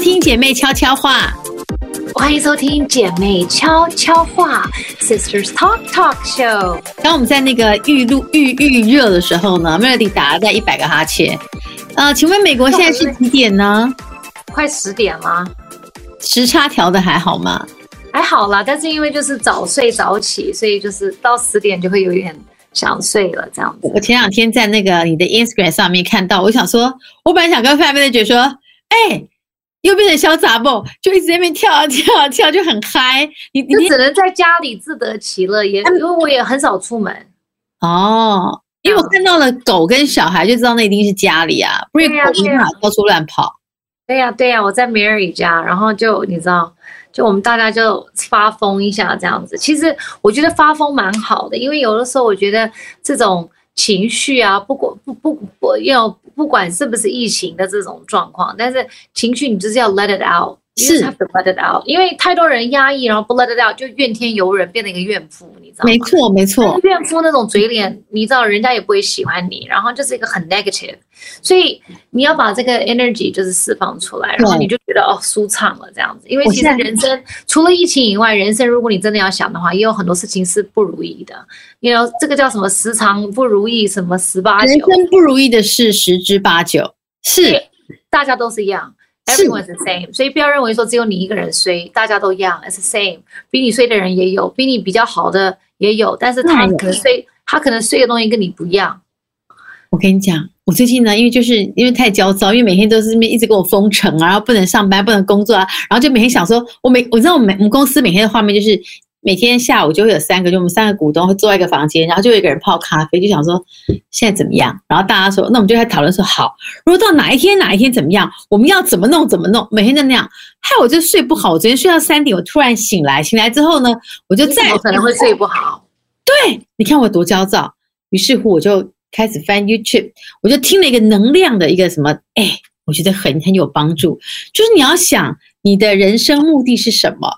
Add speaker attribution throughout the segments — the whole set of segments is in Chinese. Speaker 1: 听姐妹悄悄话，
Speaker 2: 欢迎收听姐妹悄悄话 Sisters Talk Talk Show。
Speaker 1: 当我们在那个预录预预热的时候呢，Melody 打了在一百个哈欠。呃，请问美国现在是几点呢？
Speaker 2: 快十点啦，
Speaker 1: 时差调的还好吗？
Speaker 2: 还好啦，但是因为就是早睡早起，所以就是到十点就会有点想睡了这样子。
Speaker 1: 我前两天在那个你的 Instagram 上面看到，我想说，我本来想跟 f a m i l y 姐说，哎、又变成小杂蹦，就一直在那边跳啊跳啊跳，就很嗨。你你
Speaker 2: 就只能在家里自得其乐，也因为我也很少出门。
Speaker 1: 哦，因为我看到了狗跟小孩，就知道那一定是家里啊，不然
Speaker 2: 对呀
Speaker 1: 狗没
Speaker 2: 对呀
Speaker 1: 办法到处乱跑。
Speaker 2: 对呀、对呀、我在 Mary 家，然后就你知道，就我们大家就发疯一下这样子。其实我觉得发疯蛮好的，因为有的时候我觉得这种情绪啊，不管不不不要不管是不是疫情的这种状况，但是情绪你就是要 let it out。
Speaker 1: 是
Speaker 2: have to let it out，因为太多人压抑，然后不 let it out，就怨天尤人，变成一个怨妇，你知道吗？
Speaker 1: 没错，没错，
Speaker 2: 怨妇那种嘴脸，你知道人家也不会喜欢你，然后就是一个很 negative，所以你要把这个 energy 就是释放出来，
Speaker 1: 对
Speaker 2: 然后你就觉得哦舒畅了这样子。因为
Speaker 1: 我
Speaker 2: 其实
Speaker 1: 现在
Speaker 2: 人生除了疫情以外，人生如果你真的要想的话，也有很多事情是不如意的。你 you know, 这个叫什么时长不如意，什么十八
Speaker 1: 人
Speaker 2: 九，
Speaker 1: 生不如意的事十之八九。是
Speaker 2: 对大家都是一样。
Speaker 1: 是
Speaker 2: Everyone's the same，所以不要认为说只有你一个人衰，大家都一样。It's the same，比你衰的人也有，比你比较好的也有，但是他
Speaker 1: 当然
Speaker 2: 可能衰，他可能衰的东西跟你不一样。
Speaker 1: 我跟你讲，我最近呢，因为就是因为太焦躁，因为每天都是那边一直给我封城啊，然后不能上班，不能工作啊，然后就每天想说，我每我知道我们我们公司每天的画面就是每天下午就会有三个，就我们三个股东会坐在一个房间，然后就有一个人泡咖啡，就想说现在怎么样，然后大家说，那我们就在讨论说好，如果到哪一天哪一天怎么样，我们要怎么弄怎么弄，每天就那样，害我就睡不好。我昨天睡到三点，我突然醒来，醒来之后呢，我就
Speaker 2: 你
Speaker 1: 再
Speaker 2: 怎
Speaker 1: 也
Speaker 2: 么可能会睡不好？
Speaker 1: 对，你看我多焦躁。于是乎，我就开始翻 YouTube，我就听了一个能量的一个什么，哎，我觉得很很有帮助。就是你要想你的人生目的是什么，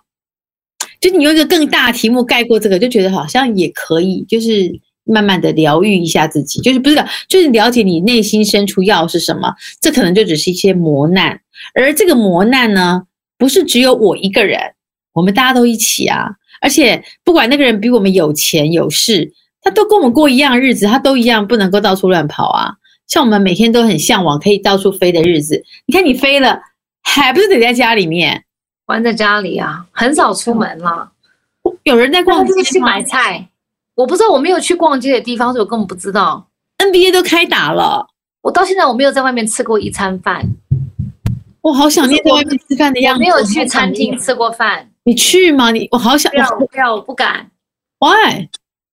Speaker 1: 就你用一个更大的题目概括这个，就觉得好像也可以，就是慢慢的疗愈一下自己，就是不是就是了解你内心深处要的是什么。这可能就只是一些磨难，而这个磨难呢，不是只有我一个人，我们大家都一起啊。而且不管那个人比我们有钱有势，他都跟我们过一样的日子，他都一样不能够到处乱跑啊。像我们每天都很向往可以到处飞的日子，你看你飞了，还不是得在家里面？
Speaker 2: 关在家里啊，很少出门啦。
Speaker 1: 有人在逛
Speaker 2: 逛啊街去
Speaker 1: 街吗
Speaker 2: 买菜，我不知道我没有去逛街的地方，所以我根本不知道。
Speaker 1: ？NBA 都开打了，
Speaker 2: 我到现在我没有在外面吃过一餐饭，
Speaker 1: 我好想念在外面吃饭的样
Speaker 2: 我
Speaker 1: 子。
Speaker 2: 没有
Speaker 1: 我好
Speaker 2: 去
Speaker 1: 想
Speaker 2: 餐厅
Speaker 1: 念，
Speaker 2: 吃过饭。
Speaker 1: 你去吗？你我好想
Speaker 2: 不要不要，我不敢，
Speaker 1: ，why？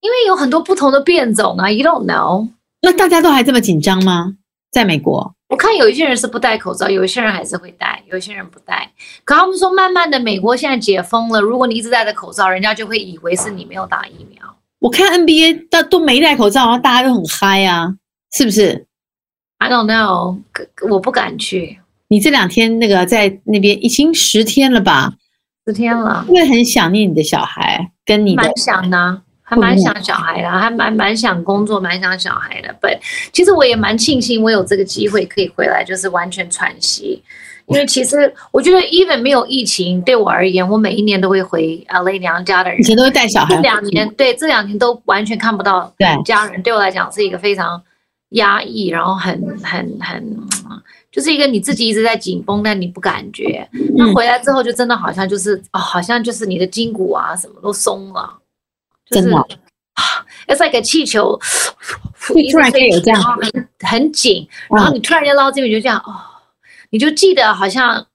Speaker 2: 因为有很多不同的变种啊，you don't know。
Speaker 1: 那大家都还这么紧张吗？在美国，
Speaker 2: 我看有一些人是不戴口罩，有一些人还是会戴，有一些人不戴。可他们说，慢慢的，美国现在解封了，如果你一直戴着口罩，人家就会以为是你没有打疫苗。
Speaker 1: 我看 NBA 都都没戴口罩，然后大家都很嗨啊，是不是？
Speaker 2: I don't know，可我不敢去，
Speaker 1: 你这两天那个在那边已经十天了吧？
Speaker 2: 十天了。
Speaker 1: 会不会很想念你的小孩跟你的
Speaker 2: 蛮？想的啊，还
Speaker 1: 会不
Speaker 2: 蛮
Speaker 1: 会
Speaker 2: 想小孩的啊，还蛮蛮想工作，蛮想小孩的。对，其实我也蛮庆幸我有这个机会可以回来，就是完全喘息。因为其实我觉得，even 没有疫情，对我而言，我每一年都会回 LA 娘家的人
Speaker 1: 以。前都会带小孩
Speaker 2: 这，两年，对这两年都完全看不到
Speaker 1: 对
Speaker 2: 家人，对我来讲是一个非常压抑，然后很很很，就是一个你自己一直在紧绷，但你不感觉。那
Speaker 1: 嗯
Speaker 2: 回来之后就真的好像就是哦，好像就是你的筋骨啊什么都松了，就是、
Speaker 1: 真的
Speaker 2: 啊，it's like 个气球，
Speaker 1: 会突然可以有这样
Speaker 2: 然后很很紧，然后
Speaker 1: 嗯，
Speaker 2: 你突然间捞这边就这样哦，你就记得好像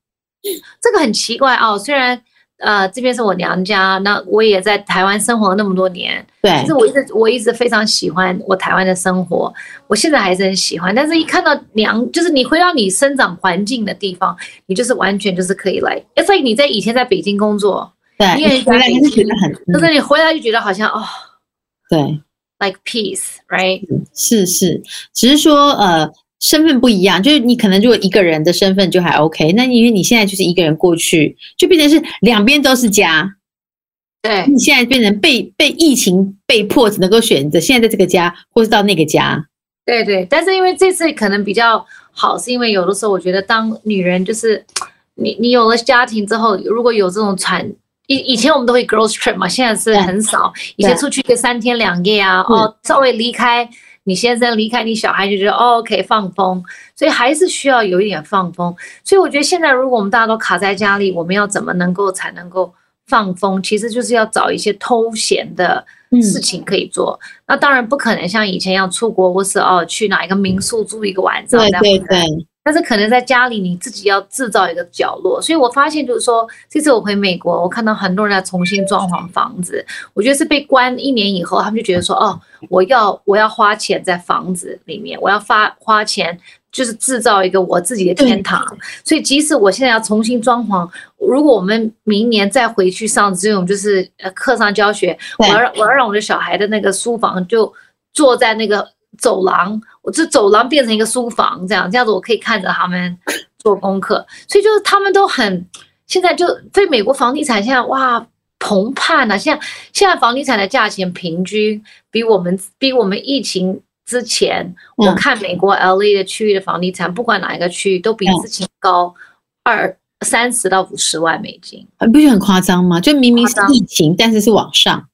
Speaker 2: 这个很奇怪哦，虽然。呃，这边是我娘家，那我也在台湾生活了那么多年，
Speaker 1: 对
Speaker 2: 其实，我一直我一直非常喜欢我台湾的生活，我现在还是很喜欢。但是，一看到娘，就是你回到你生长环境的地方，你就是完全就是可以来。It's like 你在以前在北京工作，
Speaker 1: 对，
Speaker 2: 因为
Speaker 1: 你回来还是觉得很，
Speaker 2: 但
Speaker 1: 嗯
Speaker 2: 是你回来就觉得好像哦
Speaker 1: 对，
Speaker 2: ，like peace，right？
Speaker 1: 是是，只是说呃。身份不一样，就是你可能如果一个人的身份就还 OK，那因为你现在就是一个人过去，就变成是两边都是家。
Speaker 2: 对
Speaker 1: 你现在变成被被疫情被迫只能够选择现在在这个家，或是到那个家。
Speaker 2: 对对。但是因为这次可能比较好，是因为有的时候我觉得当女人就是。你你有了家庭之后，如果有这种传，以以前我们都会 girls trip 嘛，现在是很少。以前出去个三天两夜啊，
Speaker 1: 嗯
Speaker 2: 哦，稍微离开你先生，离开你小孩，就觉得哦，OK 放风，所以还是需要有一点放风。所以我觉得现在如果我们大家都卡在家里，我们要怎么能够才能够放风？其实就是要找一些偷闲的
Speaker 1: 嗯
Speaker 2: 事情可以做。那当然不可能像以前要出国，或是哦去哪一个民宿住一个晚上，
Speaker 1: 对
Speaker 2: 再
Speaker 1: 对
Speaker 2: 回来
Speaker 1: 对，
Speaker 2: 但是可能在家里你自己要制造一个角落，所以我发现就是说，这次我回美国，我看到很多人在重新装潢房子，我觉得是被关一年以后，他们就觉得说，哦，我要我要花钱在房子里面，我要发花钱就是制造一个我自己的天堂。所以即使我现在要重新装潢，如果我们明年再回去上这种就是呃课上教学，我
Speaker 1: 对
Speaker 2: 要让我要让我的小孩的那个书房就坐在那个走廊，我这走廊变成一个书房，这样这样子我可以看着 他们做功课，所以就是他们都很现在就对美国房地产现在哇澎湃呐、现在现在房地产的价钱平均比我们比我们疫情之前，
Speaker 1: 嗯
Speaker 2: 我看美国 LA 的区域的房地产，不管哪一个区域都比
Speaker 1: 嗯
Speaker 2: 之前高二三十到五十万美金。
Speaker 1: 呃不是很夸张吗？就明明是
Speaker 2: 夸张
Speaker 1: 疫情，但是是往上，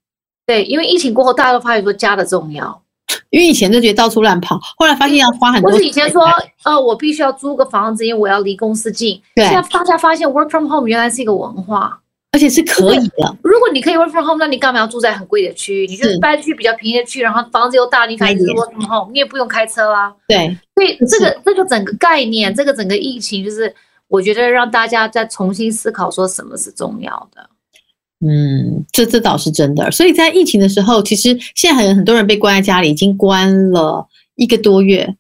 Speaker 2: 对，因为疫情过后，大家都发现说家的重要，
Speaker 1: 因为以前就觉得到处乱跑，后来发现要花很
Speaker 2: 或
Speaker 1: 多
Speaker 2: 是
Speaker 1: 钱。
Speaker 2: 以前说，呃，我必须要租个房子，因为我要离公司近。
Speaker 1: 对
Speaker 2: 现在大家发现 work from home 原来是一个文化。
Speaker 1: 而且是可以的，
Speaker 2: 如果你可以 work from home，那你干嘛要住在很贵的区域？你就是搬去比较便宜的区，然后房子又大，你反正就是
Speaker 1: 没错
Speaker 2: work from home，你也不用开车啦、
Speaker 1: 对，
Speaker 2: 所以
Speaker 1: 是
Speaker 2: 这个这个整个概念，这个整个疫情，就是我觉得让大家再重新思考说什么是重要的。
Speaker 1: 嗯，这这倒是真的。所以在疫情的时候，其实现在很很多人被关在家里，已经关了一个多月，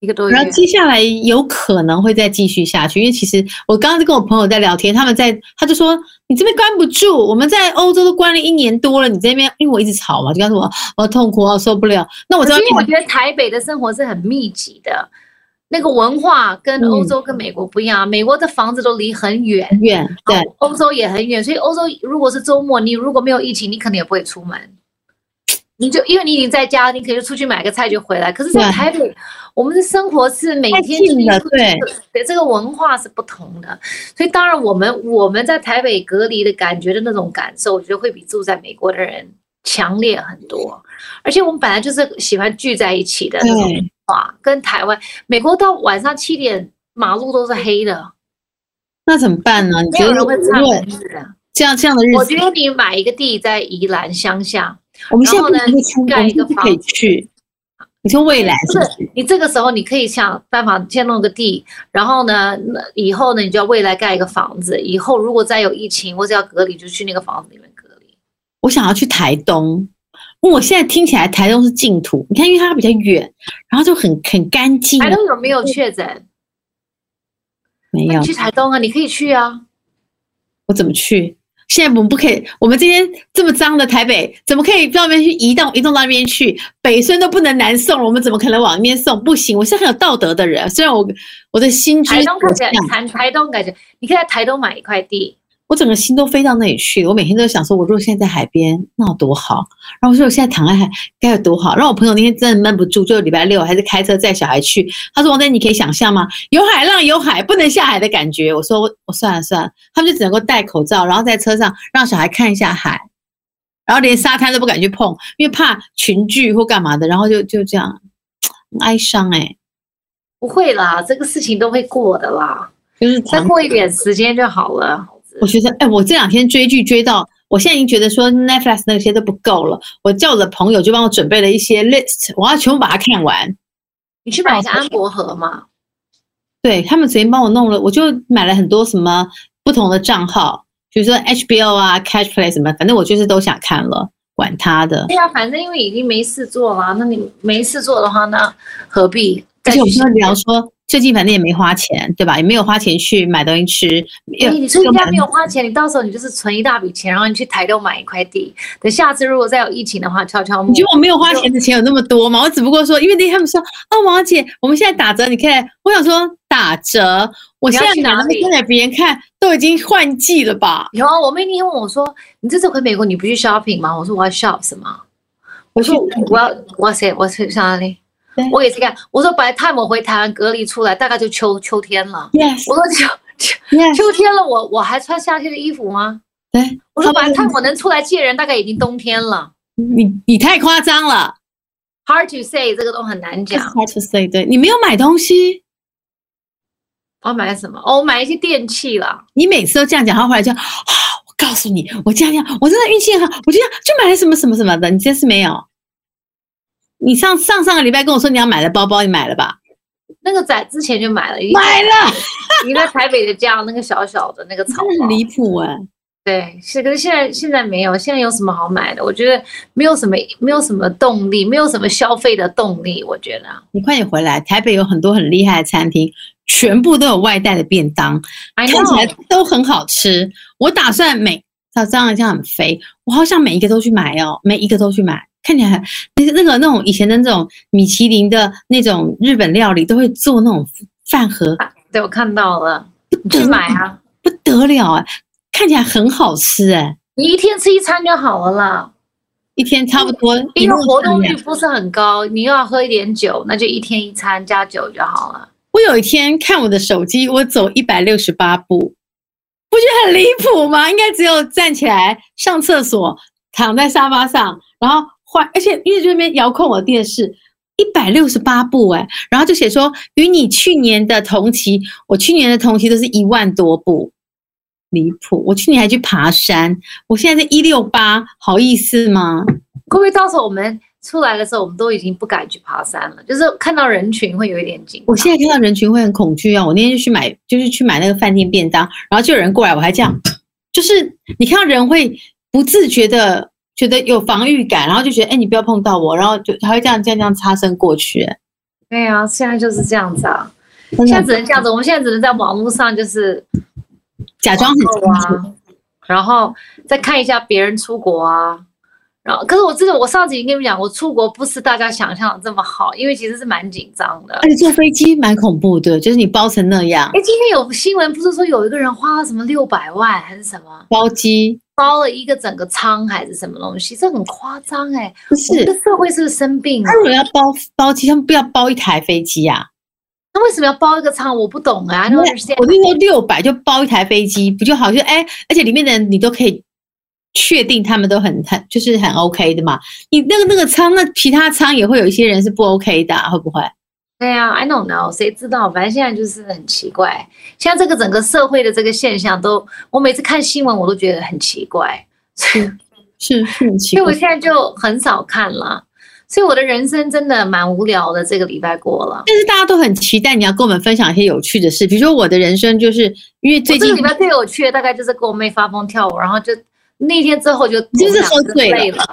Speaker 2: 一个多月
Speaker 1: 然，后接下来有可能会再继续下去。因为其实我刚刚跟我朋友在聊天，他们在他就说你这边关不住，我们在欧洲都关了一年多了，你这边因为我一直吵嘛，就告诉我我痛苦，我受不了。那我知
Speaker 2: 因
Speaker 1: 道
Speaker 2: 为我觉得台北的生活是很密集的，那个文化跟
Speaker 1: 嗯
Speaker 2: 欧洲跟美国不一样，美国的房子都离很远，
Speaker 1: 很远，对
Speaker 2: 然后欧洲也很远，所以欧洲如果是周末，你如果没有疫情，你可能也不会出门。你就因为你已经在家，你可能就出去买个菜就回来。可是，在
Speaker 1: 对
Speaker 2: 台北，我们的生活是每
Speaker 1: 太
Speaker 2: 天
Speaker 1: 近
Speaker 2: 就
Speaker 1: 了
Speaker 2: 是
Speaker 1: 对
Speaker 2: 对，这个文化是不同的。所以，当然我们我们在台北隔离的感觉的那种感受，我觉得会比住在美国的人强烈很多。而且，我们本来就是喜欢聚在一起的那种
Speaker 1: 对，
Speaker 2: 话，跟台湾、美国到晚上七点，马路都是黑的，
Speaker 1: 那怎么办呢？你
Speaker 2: 没
Speaker 1: 觉
Speaker 2: 有
Speaker 1: 得
Speaker 2: 人
Speaker 1: 如
Speaker 2: 会
Speaker 1: 果
Speaker 2: 唱名字的。
Speaker 1: 这样这样的日
Speaker 2: 我
Speaker 1: 子
Speaker 2: 觉，得你买一个地在宜兰乡下，
Speaker 1: 我们现在
Speaker 2: 然后
Speaker 1: 不
Speaker 2: 呢
Speaker 1: 能够出，我
Speaker 2: 盖
Speaker 1: 们
Speaker 2: 一个
Speaker 1: 现在不可以
Speaker 2: 房子
Speaker 1: 去。你说未来是不是？
Speaker 2: 你这个时候你可以想办法先弄个地，然后呢，那以后呢，你就要未来盖一个房子，以后如果再有疫情或者要隔离，就去那个房子里面隔离。
Speaker 1: 我想要去台东。因为我现在听起来台东是净土，你看，因为它比较远，然后就很很干净。
Speaker 2: 台东有没有确诊？
Speaker 1: 没
Speaker 2: 那
Speaker 1: 有
Speaker 2: 你，去台东啊，你可以去啊。
Speaker 1: 我怎么去？现在我们不可以，我们今天这么脏的台北，怎么可以到那边去移动，移动到那边去？北孙都不能南送了，我们怎么可能往那边送？不行，我是很有道德的人，虽然我我的心之
Speaker 2: 台东
Speaker 1: 所
Speaker 2: 感觉
Speaker 1: 向，，
Speaker 2: 台台东感觉，你可以在台东买一块地，
Speaker 1: 我整个心都飞到那里去。我每天都想说，我如果现在在海边，那有多好？然后我说我现在躺在海该有多好？让我朋友那天真的闷不住，就礼拜六还是开车载小孩去。他说：“王丹，你可以想象吗？有海浪，有海，不能下海的感觉。”我说：“我我算了算了。”他们就只能够戴口罩，然后在车上让小孩看一下海，然后连沙滩都不敢去碰，因为怕群聚或干嘛的。然后就就这样，很哀伤哎、
Speaker 2: 不会啦，这个事情都会过的啦，
Speaker 1: 就是
Speaker 2: 再
Speaker 1: 常
Speaker 2: 过一点时间就好了。
Speaker 1: 我觉得，哎、我这两天追剧追到，我现在已经觉得说 Netflix 那些都不够了。我叫我的朋友就帮我准备了一些 list，我要全部把它看完。
Speaker 2: 你去买一个安博盒嘛，
Speaker 1: 对他们昨天帮我弄了，我就买了很多什么不同的账号，比如说 HBO 啊、Catch Play 什么，反正我就是都想看了，管他的。
Speaker 2: 对呀、啊反正因为已经没事做了，那你没事做的话，那何必
Speaker 1: 而
Speaker 2: 再
Speaker 1: 且我
Speaker 2: 去
Speaker 1: 们就聊说，最近反正也没花钱，对吧？也没有花钱去买东西吃。也
Speaker 2: 你你出去
Speaker 1: 又
Speaker 2: 家
Speaker 1: 蛮
Speaker 2: 没有花钱，你到时候你就是存一大笔钱，然后你去台东买一块地，等下次如果再有疫情的话，悄悄摸
Speaker 1: 你觉。得我没有花钱的钱有那么多吗？我只不过说，因为那天他们说，哦，王姐，我们现在打折，你看，我想说打折，我
Speaker 2: 你
Speaker 1: 现
Speaker 2: 要
Speaker 1: 在
Speaker 2: 去
Speaker 1: 拿
Speaker 2: 哪
Speaker 1: 那
Speaker 2: 里
Speaker 1: 个给别人看，都已经换季了吧？
Speaker 2: 有啊，我妹那天问我说：“你这次回美国你不去 shopping 吗？”我说：“我要 shop 什么？”我说：“我要我谁我去哪里
Speaker 1: 对？”
Speaker 2: 我也是看，我说：“by the time 我回台湾隔离出来，大概就秋秋天了。”
Speaker 1: Yes，
Speaker 2: 我说就
Speaker 1: Yes，
Speaker 2: 秋天了，我我还穿夏天的衣服
Speaker 1: 哦
Speaker 2: 吗？
Speaker 1: 对，
Speaker 2: 我说
Speaker 1: 他
Speaker 2: 把
Speaker 1: 们
Speaker 2: 看我能出来见人，大概已经冬天了。
Speaker 1: 你你太夸张了
Speaker 2: Hard to say，这个都很 难讲。
Speaker 1: ，hard to say，对你没有买东西，
Speaker 2: 我买什么？哦，我买一些电器啦。
Speaker 1: 你每次都这样讲，然后回来就啊，我告诉你，我这样这样，我真的运气很好，我就这样就买了什么什么什么的，你这次没有。你上上上个礼拜跟我说你要买的包包，你买了吧？
Speaker 2: 那个仔之前就买了一
Speaker 1: 买了，
Speaker 2: 一个在台北的家，那个小小的那个草
Speaker 1: 真的
Speaker 2: 包
Speaker 1: 很。离谱哎、
Speaker 2: 对，是，可是现在现在没有，现在有什么好买的？我觉得没有什么，没有什么动力，没有什么消费的动力。我觉得
Speaker 1: 你快点回来，台北有很多很厉害的餐厅，全部都有外带的便当，
Speaker 2: ，I
Speaker 1: 看起来
Speaker 2: know，
Speaker 1: 都很好吃。我打算每，这样这样很肥，我好想每一个都去买哦，每一个都去买。看起来很那个那个那种以前的那种米其林的那种日本料理，都会做那种饭盒，
Speaker 2: 对我看到了，
Speaker 1: 不
Speaker 2: 去
Speaker 1: 得
Speaker 2: 买啊！
Speaker 1: 不得了哎、看起来很好吃哎、
Speaker 2: 你一天吃一餐就好了啦。
Speaker 1: 一天差不多。一
Speaker 2: 嗯因为
Speaker 1: 路
Speaker 2: 活动
Speaker 1: 上
Speaker 2: 率
Speaker 1: 来
Speaker 2: 不是很高，你又要喝一点酒，那就一天一餐加酒就好了。
Speaker 1: 我有一天看我的手机，我走一百六十八步，不觉得很离谱吗？应该只有站起来上厕所，躺在沙发上，然后换，而且因为这边遥控我的电视。一百六十八步哎、然后就写说与你去年的同期，我去年的同期都是一万多步，离谱！我去年还去爬山，我现在在一六八，好意思吗？
Speaker 2: 会不会到时候我们出来的时候，我们都已经不敢去爬山了？就是看到人群会有一点紧张。
Speaker 1: 我现在看到人群会很恐惧啊！我那天就去买，就是去买那个饭店便当，然后就有人过来，我还这样，就是你看到人会不自觉的觉得有防御感，然后就觉得哎、你不要碰到我，然后就还会这样这样这样擦身过去、哎
Speaker 2: 对啊，现在就是这样子啊，
Speaker 1: 真
Speaker 2: 现在
Speaker 1: 的
Speaker 2: 只能这样子，我们现在只能在网络上就是
Speaker 1: 假装很
Speaker 2: 购啊，然后再看一下别人出国啊。然后，可是我真的，我上次已经跟你们讲，我出国不是大家想象的这么好，因为其实是蛮紧张的。
Speaker 1: 而且坐飞机蛮恐怖的，就是你包成那样，
Speaker 2: 哎，今天有新闻不是说有一个人花了什么六百万还是什么，
Speaker 1: 包机
Speaker 2: 包了一个整个仓还是什么东西，这很夸张哎、
Speaker 1: 不
Speaker 2: 我们
Speaker 1: 是哎
Speaker 2: 的。社会是不是生病了
Speaker 1: 他？如果要包包机，他们不要包一台飞机啊！
Speaker 2: 那为什么要包一个仓？我不懂啊。I
Speaker 1: 那
Speaker 2: don't understand
Speaker 1: 我就说六百就包一台飞机不就好？就哎，而且里面的人你都可以确定他们都很很就是很 OK 的嘛。你那个那个舱，那其他舱也会有一些人是不 OK 的啊、会不会？
Speaker 2: 对呀、i don't know，谁知道？反正现在就是很奇怪，现在这个整个社会的这个现象都，我每次看新闻我都觉得很奇怪，
Speaker 1: 是是很奇
Speaker 2: 所以我
Speaker 1: 怪。
Speaker 2: 现在就很少看了。所以我的人生真的蛮无聊的，这个礼拜过了。
Speaker 1: 但是大家都很期待你要跟我们分享一些有趣的事，比如说我的人生就是因为最
Speaker 2: 我这
Speaker 1: 近
Speaker 2: 个礼拜最有趣的大概就是跟我妹发疯跳舞，然后就那天之后就
Speaker 1: 你就是
Speaker 2: 我们俩
Speaker 1: 喝醉了
Speaker 2: 就了，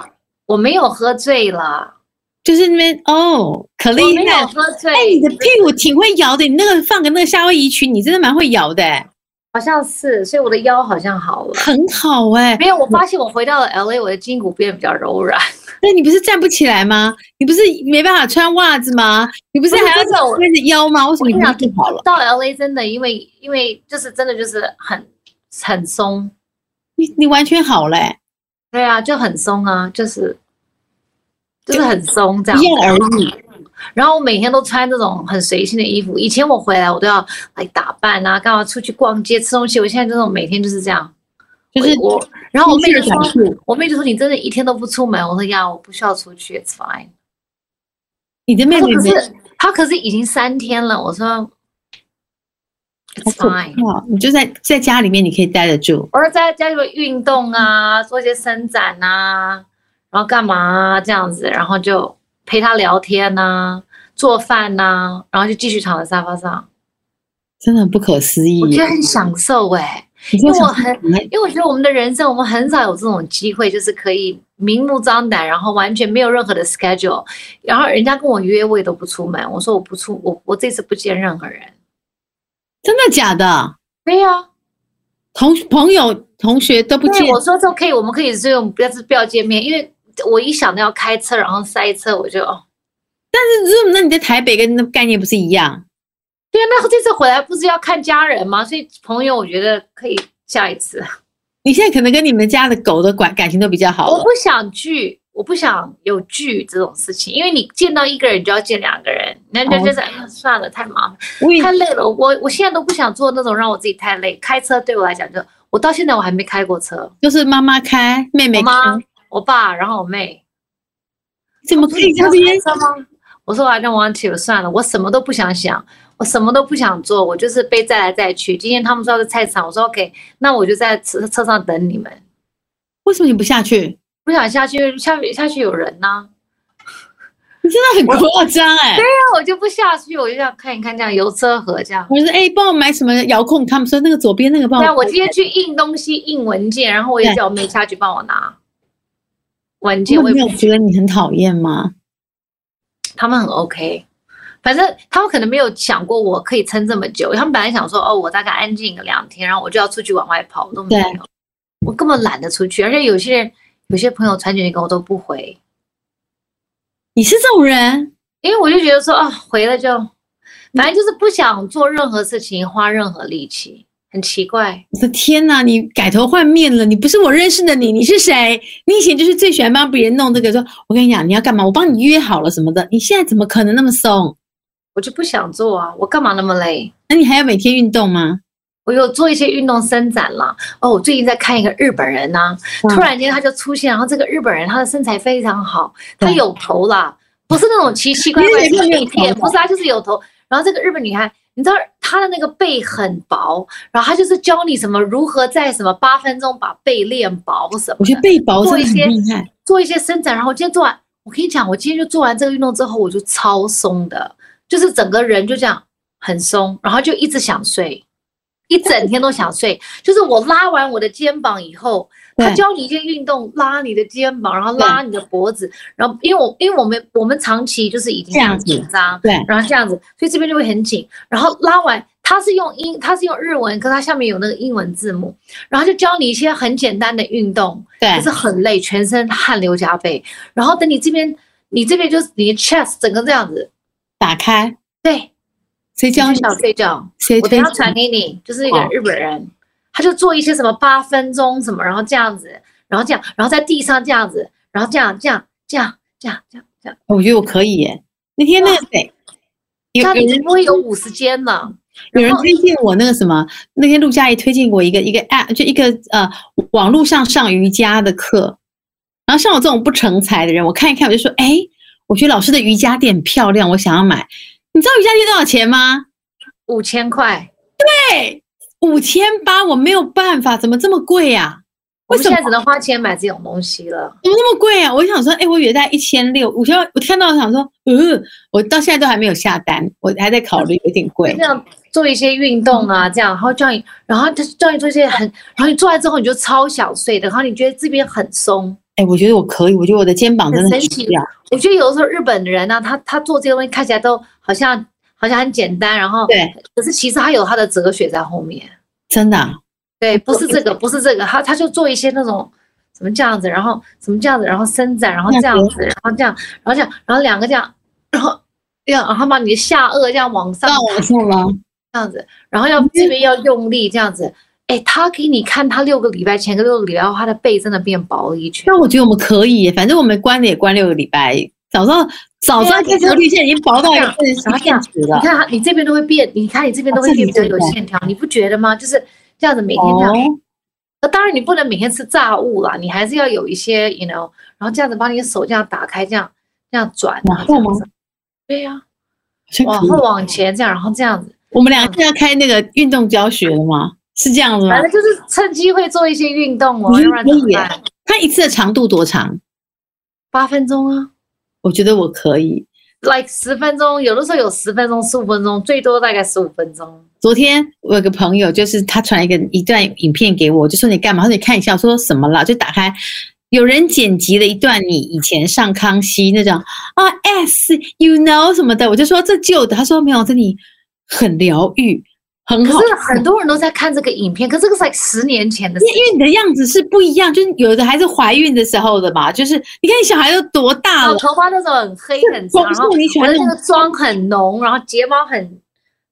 Speaker 2: 我没有喝醉了，
Speaker 1: 就是那边哦，可
Speaker 2: 我
Speaker 1: 厉
Speaker 2: 没
Speaker 1: 害
Speaker 2: 有！喝醉。
Speaker 1: 哎，你的屁股挺会摇的，你那个放个那个夏威夷裙，你真的蛮会摇的、哎
Speaker 2: 好像是，所以我的腰好像好了。
Speaker 1: 很好哎、
Speaker 2: 没有，我发现我回到了 LA，我的筋骨变得比较柔软。
Speaker 1: 那你不是站不起来吗？你不是没办法穿袜子吗？你不是
Speaker 2: 不是
Speaker 1: 还要
Speaker 2: 真的我
Speaker 1: 弯着腰吗？为什么你
Speaker 2: 我跟你讲
Speaker 1: 不好了？
Speaker 2: 到 LA 真的，因为因为就是真的就是很很松，
Speaker 1: 你你完全好欸嘞、
Speaker 2: 对啊，就很松啊，就是就是很松这
Speaker 1: 一样
Speaker 2: 样。
Speaker 1: 而已。
Speaker 2: 然后我每天都穿这种很随性的衣服，以前我回来我都要来打扮啊，干嘛出去逛街吃东西，我现在这种每天就是这样。
Speaker 1: 就是
Speaker 2: 我我，然后我妹就说
Speaker 1: 出去的感，
Speaker 2: 我妹就说你真的一天都不出门，我说呀，我不需要出去，it's fine。
Speaker 1: 你的妹
Speaker 2: 她
Speaker 1: 妹
Speaker 2: 可
Speaker 1: 没
Speaker 2: 是她可是已经三天了，我说
Speaker 1: 好
Speaker 2: it's
Speaker 1: 可
Speaker 2: fine。
Speaker 1: 怕，你就在在家里面，你可以待得住。
Speaker 2: 我说在家里面运动啊，做一些伸展啊，然后干嘛啊这样子，然后就陪他聊天呐、做饭呐、然后就继续躺在沙发上，
Speaker 1: 真的很不可思议
Speaker 2: 我觉
Speaker 1: 耶
Speaker 2: 得！很享受哎、
Speaker 1: 你说
Speaker 2: 因为我
Speaker 1: 想
Speaker 2: 很
Speaker 1: 你还
Speaker 2: 因为我觉得我们的人生，我们很少有这种机会，就是可以明目张胆，然后完全没有任何的 schedule，然后人家跟我约，我也都不出门，我说我不出，我我这次不见任何人。
Speaker 1: 真的假的？
Speaker 2: 对呀、
Speaker 1: 同朋友、同学都不
Speaker 2: 对，
Speaker 1: 见，
Speaker 2: 我说这 OK，我们可以 Zoom，不要不要见面，因为我一想到要开车，然后塞车，我就哦，
Speaker 1: 但是 Zoom，那你在台北跟那概念不是一样？
Speaker 2: 对啊，那这次回来不是要看家人吗？所以朋友，我觉得可以下一次。
Speaker 1: 你现在可能跟你们家的狗的感感情都比较好
Speaker 2: 我
Speaker 1: 了
Speaker 2: 不。想聚，我不想有剧这种事情，因为你见到一个人就要见两个人，那
Speaker 1: 哦
Speaker 2: 就就是、哎呀算了，太麻烦，
Speaker 1: 我也
Speaker 2: 太累了。我我现在都不想做那种让我自己太累。开车对我来讲就，我到现在我还没开过车，
Speaker 1: 就是妈妈开，妹妹
Speaker 2: 我
Speaker 1: 开，
Speaker 2: 妈、我爸，然后我妹。
Speaker 1: 怎么可以这样
Speaker 2: 要
Speaker 1: 子
Speaker 2: 开车吗？我说 I don't want to，算了，我什么都不想想，我什么都不想做，我就是被载来载去。今天他们说要去菜市场，我说 OK，那我就在车车上等你们。
Speaker 1: 为什么你不下去？
Speaker 2: 不想下去，下下去有人呐、
Speaker 1: 你真的很夸张哎！
Speaker 2: 那我就不下去，我就想看一看这样油车河这样。
Speaker 1: 我说哎，帮我买什么遥控？他们说那个左边那个帮
Speaker 2: 对啊，
Speaker 1: 我。
Speaker 2: 我今天去印东西、印文件，然后我也叫我妹下去帮我拿文件，
Speaker 1: 他
Speaker 2: 我
Speaker 1: 们
Speaker 2: 也
Speaker 1: 没
Speaker 2: 不
Speaker 1: 有觉得你很讨厌吗？
Speaker 2: 他们很 OK，反正他们可能没有想过我可以撑这么久，他们本来想说哦，我大概安静个两天，然后我就要出去往外跑，我都没有
Speaker 1: 对，
Speaker 2: 我根本懒得出去，而且有些人有些朋友传简讯给我都不回，
Speaker 1: 你是这种人，
Speaker 2: 因为我就觉得说啊、回了
Speaker 1: 嗯
Speaker 2: 就，反正就是不想做任何事情，花任何力气，很奇怪。
Speaker 1: 我的天哪！你改头换面了，你不是我认识的你，你是谁？你以前就是最喜欢帮别人弄这个，说我跟你讲你要干嘛，我帮你约好了什么的。你现在怎么可能那么松？
Speaker 2: 我就不想做啊，我干嘛那么累？
Speaker 1: 那你还要每天运动吗？
Speaker 2: 我有做一些运动伸展啦。哦，我最近在看一个日本人呐、
Speaker 1: 嗯
Speaker 2: 突然间他就出现，然后这个日本人他的身材非常好，
Speaker 1: 对
Speaker 2: 他有头啦，不是那种奇奇怪
Speaker 1: 你
Speaker 2: 怪
Speaker 1: 也看
Speaker 2: 的
Speaker 1: 见有
Speaker 2: 内
Speaker 1: 头
Speaker 2: 垫，
Speaker 1: 的
Speaker 2: 不是，他就是有头。然后这个日本女孩，你知道她的那个背很薄，然后她就是教你什么如何在什么八分钟把背练薄什么
Speaker 1: 我觉得
Speaker 2: 的，
Speaker 1: 背薄
Speaker 2: 做
Speaker 1: 真
Speaker 2: 一
Speaker 1: 的
Speaker 2: 些
Speaker 1: 很厉害，
Speaker 2: 做一些伸展。然后我今天做完，我跟你讲，我今天就做完这个运动之后，我就超松的，就是整个人就这样很松，然后就一直想睡，一整天都想睡。 就是我拉完我的肩膀以后，他
Speaker 1: 对
Speaker 2: 教你一些运动，拉你的肩膀，然后拉你的脖子，然后因为我因为我们我们长期就是已经
Speaker 1: 这样子
Speaker 2: 紧张，
Speaker 1: 对
Speaker 2: 然后这样子，所以这边就会很紧。然后拉完，它是用英，它是用日文，可它下面有那个英文字母，然后就教你一些很简单的运动，
Speaker 1: 对
Speaker 2: 可是很累，全身汗流浃背。然后等你这边，你这边就是你的 chest 整个这样子，
Speaker 1: 打开
Speaker 2: 对，
Speaker 1: 谁教
Speaker 2: 就
Speaker 1: 你？
Speaker 2: 想睡觉。
Speaker 1: 谁
Speaker 2: 我
Speaker 1: 推
Speaker 2: 等一下
Speaker 1: 荐
Speaker 2: 传
Speaker 1: 你？
Speaker 2: 给你，就是一个
Speaker 1: 好
Speaker 2: 日本
Speaker 1: 哦
Speaker 2: 人，他就做一些什么八分钟什么，然后这样子，然后这样，然后在地上这样子，然后这样这样这样这样这样这样，
Speaker 1: 我觉得我可以耶。那天那个谁，
Speaker 2: 这
Speaker 1: 有
Speaker 2: 样
Speaker 1: 有
Speaker 2: 你就
Speaker 1: 人
Speaker 2: 不会有五十肩了。
Speaker 1: 有人
Speaker 2: 然后
Speaker 1: 推荐我那个什么，那天陆佳怡推荐我一个一个 app，就一个呃网络上上瑜伽的课。然后像我这种不成才的人，我看一看我就说，哎，我觉得老师的瑜伽垫很漂亮，我想要买。你知道瑜伽垫多少钱吗？
Speaker 2: 五千块，
Speaker 1: 对，五千八，我没有办法，怎么这么贵呀、
Speaker 2: 我
Speaker 1: 为
Speaker 2: 们
Speaker 1: 什么
Speaker 2: 现在只能花钱买这种东西了。
Speaker 1: 怎么那么贵啊？我想说，哎，我以为在一千六，我现在我看到我想说，嗯，我到现在都还没有下单，我还在考
Speaker 2: 嗯
Speaker 1: 虑，有点
Speaker 2: 就
Speaker 1: 贵
Speaker 2: 这。样做一些运动
Speaker 1: 嗯
Speaker 2: 啊，这样，然后叫你，然后他叫你做一些很，然后你做完之后你就超想睡的，然后你觉得这边很松。
Speaker 1: 哎，我觉得我可以，我觉得我的肩膀真的
Speaker 2: 很
Speaker 1: 很
Speaker 2: 神奇
Speaker 1: 需要。
Speaker 2: 我觉得有的时候日本的人呢、他他做这些东西看起来都好像好像很简单，然后
Speaker 1: 对，
Speaker 2: 可是其实他有他的哲学在后面。
Speaker 1: 真的啊、
Speaker 2: 对，不是这个，不是这个，他他就做一些那种什么这样子，然后什么这样子，然后伸展，然后这样子，然后这样，然后这样，然后两个这样，然后这样，然后把你的下颚这样往上
Speaker 1: 那我错了。
Speaker 2: 这样子，然后要这边要用力这样子。哎，他给你看，他六个礼拜前跟六个礼拜后，他的背真的变薄了一圈。
Speaker 1: 那我觉得我们可以耶，反正我们关了也关六个礼拜，早上早上
Speaker 2: 对啊
Speaker 1: 这条绿线已经薄到一个
Speaker 2: 然后这
Speaker 1: 限
Speaker 2: 样
Speaker 1: 值
Speaker 2: 你
Speaker 1: 了。
Speaker 2: 看他，你这边都会变，你看你这边都
Speaker 1: 嗯哦这
Speaker 2: 会
Speaker 1: 里
Speaker 2: 变比较
Speaker 1: 对不
Speaker 2: 有
Speaker 1: 对
Speaker 2: 线条，你不觉得吗？就是这样子每天这样。
Speaker 1: 哦，
Speaker 2: 那当然你不能每天吃炸物啦，你还是要有一些，you know，然后这样子把你的手这样打开，这样这样转啊，
Speaker 1: 往后嗯吗
Speaker 2: 这样子对呀、
Speaker 1: 这哦可
Speaker 2: 往
Speaker 1: 以
Speaker 2: 后往前这样，然后这样子，
Speaker 1: 我们俩现在开那个运动教学了吗？是这样子吗
Speaker 2: 反？正就是趁机会做一些运动哦，
Speaker 1: 嗯
Speaker 2: 要不然怎么
Speaker 1: 可以
Speaker 2: 办？
Speaker 1: 它一次的长度多长？
Speaker 2: 八分钟啊
Speaker 1: 我觉得我可以。
Speaker 2: ，like 十分钟，有的时候有十分钟、十五分钟，最多大概十五分钟。
Speaker 1: 昨天我有个朋友，就是他传一个一段影片给我，我就说你干嘛？他说你看一下，我说什么啦？就打开，有人剪辑了一段你以前上康熙那种啊 S，you know 什么的，我就说这旧的，他说没有，这里很疗愈，很好
Speaker 2: 可。是很多人都在看这个影片，可这个是 like 十年前的事
Speaker 1: 因为因为你的样子是不一样，就是有的还是怀孕的时候的嘛，就是你看你小孩都多大
Speaker 2: 然后
Speaker 1: 了，
Speaker 2: 头发那时候很黑很长，
Speaker 1: 光
Speaker 2: 哦然后
Speaker 1: 是你喜
Speaker 2: 我
Speaker 1: 欢
Speaker 2: 的
Speaker 1: 那
Speaker 2: 那
Speaker 1: 种
Speaker 2: 个妆很浓，然后睫毛很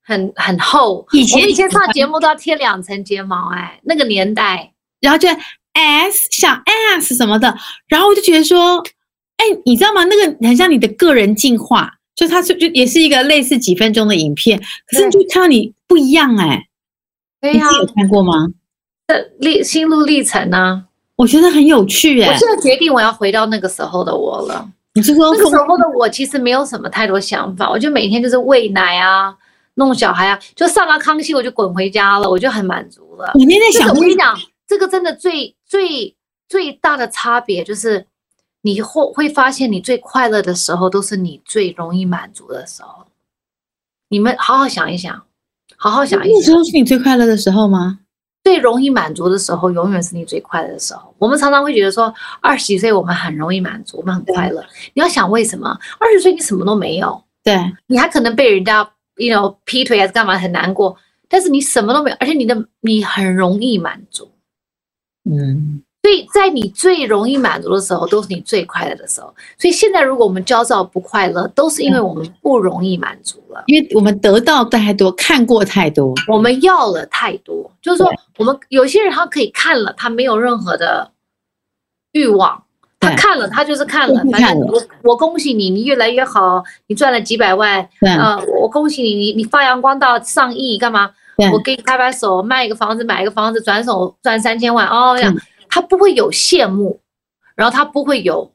Speaker 2: 很很厚。
Speaker 1: 以
Speaker 2: 我
Speaker 1: 前
Speaker 2: 们以前上节目都要贴两层睫毛、哎，那个年代
Speaker 1: 然后就 S 小 S 什么的，然后我就觉得说，哎你知道吗？那个很像你的个人进化，就它是就也是一个类似几分钟的影片，可是你就看到你不一样哎、
Speaker 2: 对
Speaker 1: 你
Speaker 2: 呀、
Speaker 1: 自己有看过吗？
Speaker 2: 这历心路历程啊，
Speaker 1: 我觉得很有趣哎、
Speaker 2: 我现在决定我要回到那个时候的我了。
Speaker 1: 你是说
Speaker 2: 那个时候的我其实没有什么太多想法，我就每天就是喂奶啊，弄小孩啊，就上了康熙我就滚回家了，我就很满足了。
Speaker 1: 你那天在
Speaker 2: 就是
Speaker 1: 想
Speaker 2: 我跟你讲，这个真的最最最大的差别就是，你会会发现你最快乐的时候都是你最容易满足的时候。你们好好想一想，好好想一
Speaker 1: 那时
Speaker 2: 想，
Speaker 1: 候是你最快乐的时候吗？
Speaker 2: 最容易满足的时候永远是你最快乐的时候。我们常常会觉得说，二十几岁我们很容易满足，我们很快乐。你要想为什么？二十岁你什么都没有，
Speaker 1: 对，
Speaker 2: 你还可能被人家，you know 劈腿还是干嘛很难过，但是你什么都没有，而且你的你很容易满足。
Speaker 1: 嗯，
Speaker 2: 所以在你最容易满足的时候，都是你最快乐的时候。所以现在如果我们焦躁不快乐，都是因为我们不容易满足了，
Speaker 1: 因为我们得到太多，看过太多，
Speaker 2: 我们要了太多。就是说
Speaker 1: 对，
Speaker 2: 我们有些人他可以看了，他没有任何的欲望。他
Speaker 1: 对
Speaker 2: 看了，他就是看了
Speaker 1: 就是，
Speaker 2: 反
Speaker 1: 看了
Speaker 2: 正我我恭喜你，你越来越好，你赚了几百万，
Speaker 1: 对、
Speaker 2: 呃，我我恭喜你，你你发扬光大上亿干嘛？
Speaker 1: 对
Speaker 2: 我给你拍拍手，卖一个房子，买一个房子，转手赚三千万哦，这样
Speaker 1: 嗯
Speaker 2: 他不会有羡慕，然后他不会有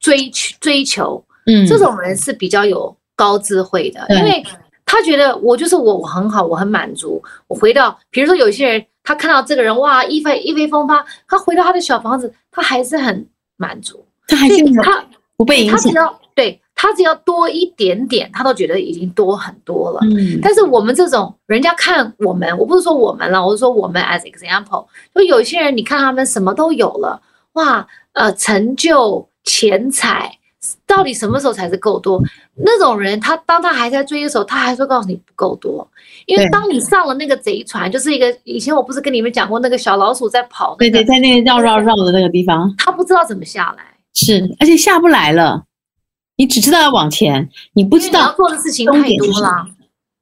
Speaker 2: 追求追求，
Speaker 1: 嗯，
Speaker 2: 这种人是比较有高智慧的，
Speaker 1: 对
Speaker 2: 因为他觉得我就是我，我很好，我很满足。我回到，比如说有些人，他看到这个人哇，一飞一飞风发，他回到他的小房子，他还是很满足，
Speaker 1: 他还
Speaker 2: 所
Speaker 1: 是
Speaker 2: 以
Speaker 1: 没有
Speaker 2: 他
Speaker 1: 不被影
Speaker 2: 他只
Speaker 1: 响，
Speaker 2: 要对他只要多一点点，他都觉得已经多很多了。
Speaker 1: 嗯，
Speaker 2: 但是我们这种人家看我们，我不是说我们了，我是说我们 as example，就有些人你看他们什么都有了，哇，呃，成就、钱财，到底什么时候才是够多？那种人，他当他还在追的时候，他还说告诉你不够多，因为
Speaker 1: 对
Speaker 2: 当你上了那个贼船，就是一个以前我不是跟你们讲过那个小老鼠在跑那
Speaker 1: 对
Speaker 2: 个，
Speaker 1: 对，在那个绕绕绕的那个地方
Speaker 2: 他不知道怎么下来，
Speaker 1: 是，而且下不来了，你只知道要往前，你不
Speaker 2: 不
Speaker 1: 知
Speaker 2: 你要
Speaker 1: 道
Speaker 2: 做的事情
Speaker 1: 终
Speaker 2: 太
Speaker 1: 点
Speaker 2: 多
Speaker 1: 是什
Speaker 2: 了
Speaker 1: 么。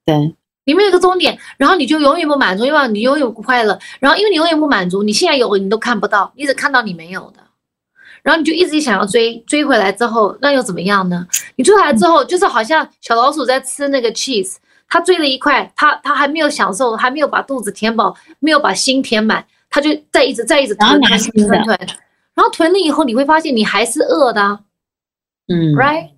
Speaker 1: 对
Speaker 2: 你没有一个终点，然后你就永远不满足，因为你永远不快乐，然后因为你永远不满足，你现在有你都看不到，你只看到你没有的，然后你就一直想要追，追回来之后，那又怎么样呢？你追回来之后，就是好像小老鼠在吃那个 cheese，它追了一块，它它还没有享受，还没有把肚子填饱，没有把心填满，它就在一直在一直
Speaker 1: 然后
Speaker 2: 吞
Speaker 1: 拿
Speaker 2: 吞
Speaker 1: 新的
Speaker 2: 吞吞，吞然后囤了以后，你会发现你还是饿的啊、
Speaker 1: 嗯
Speaker 2: right？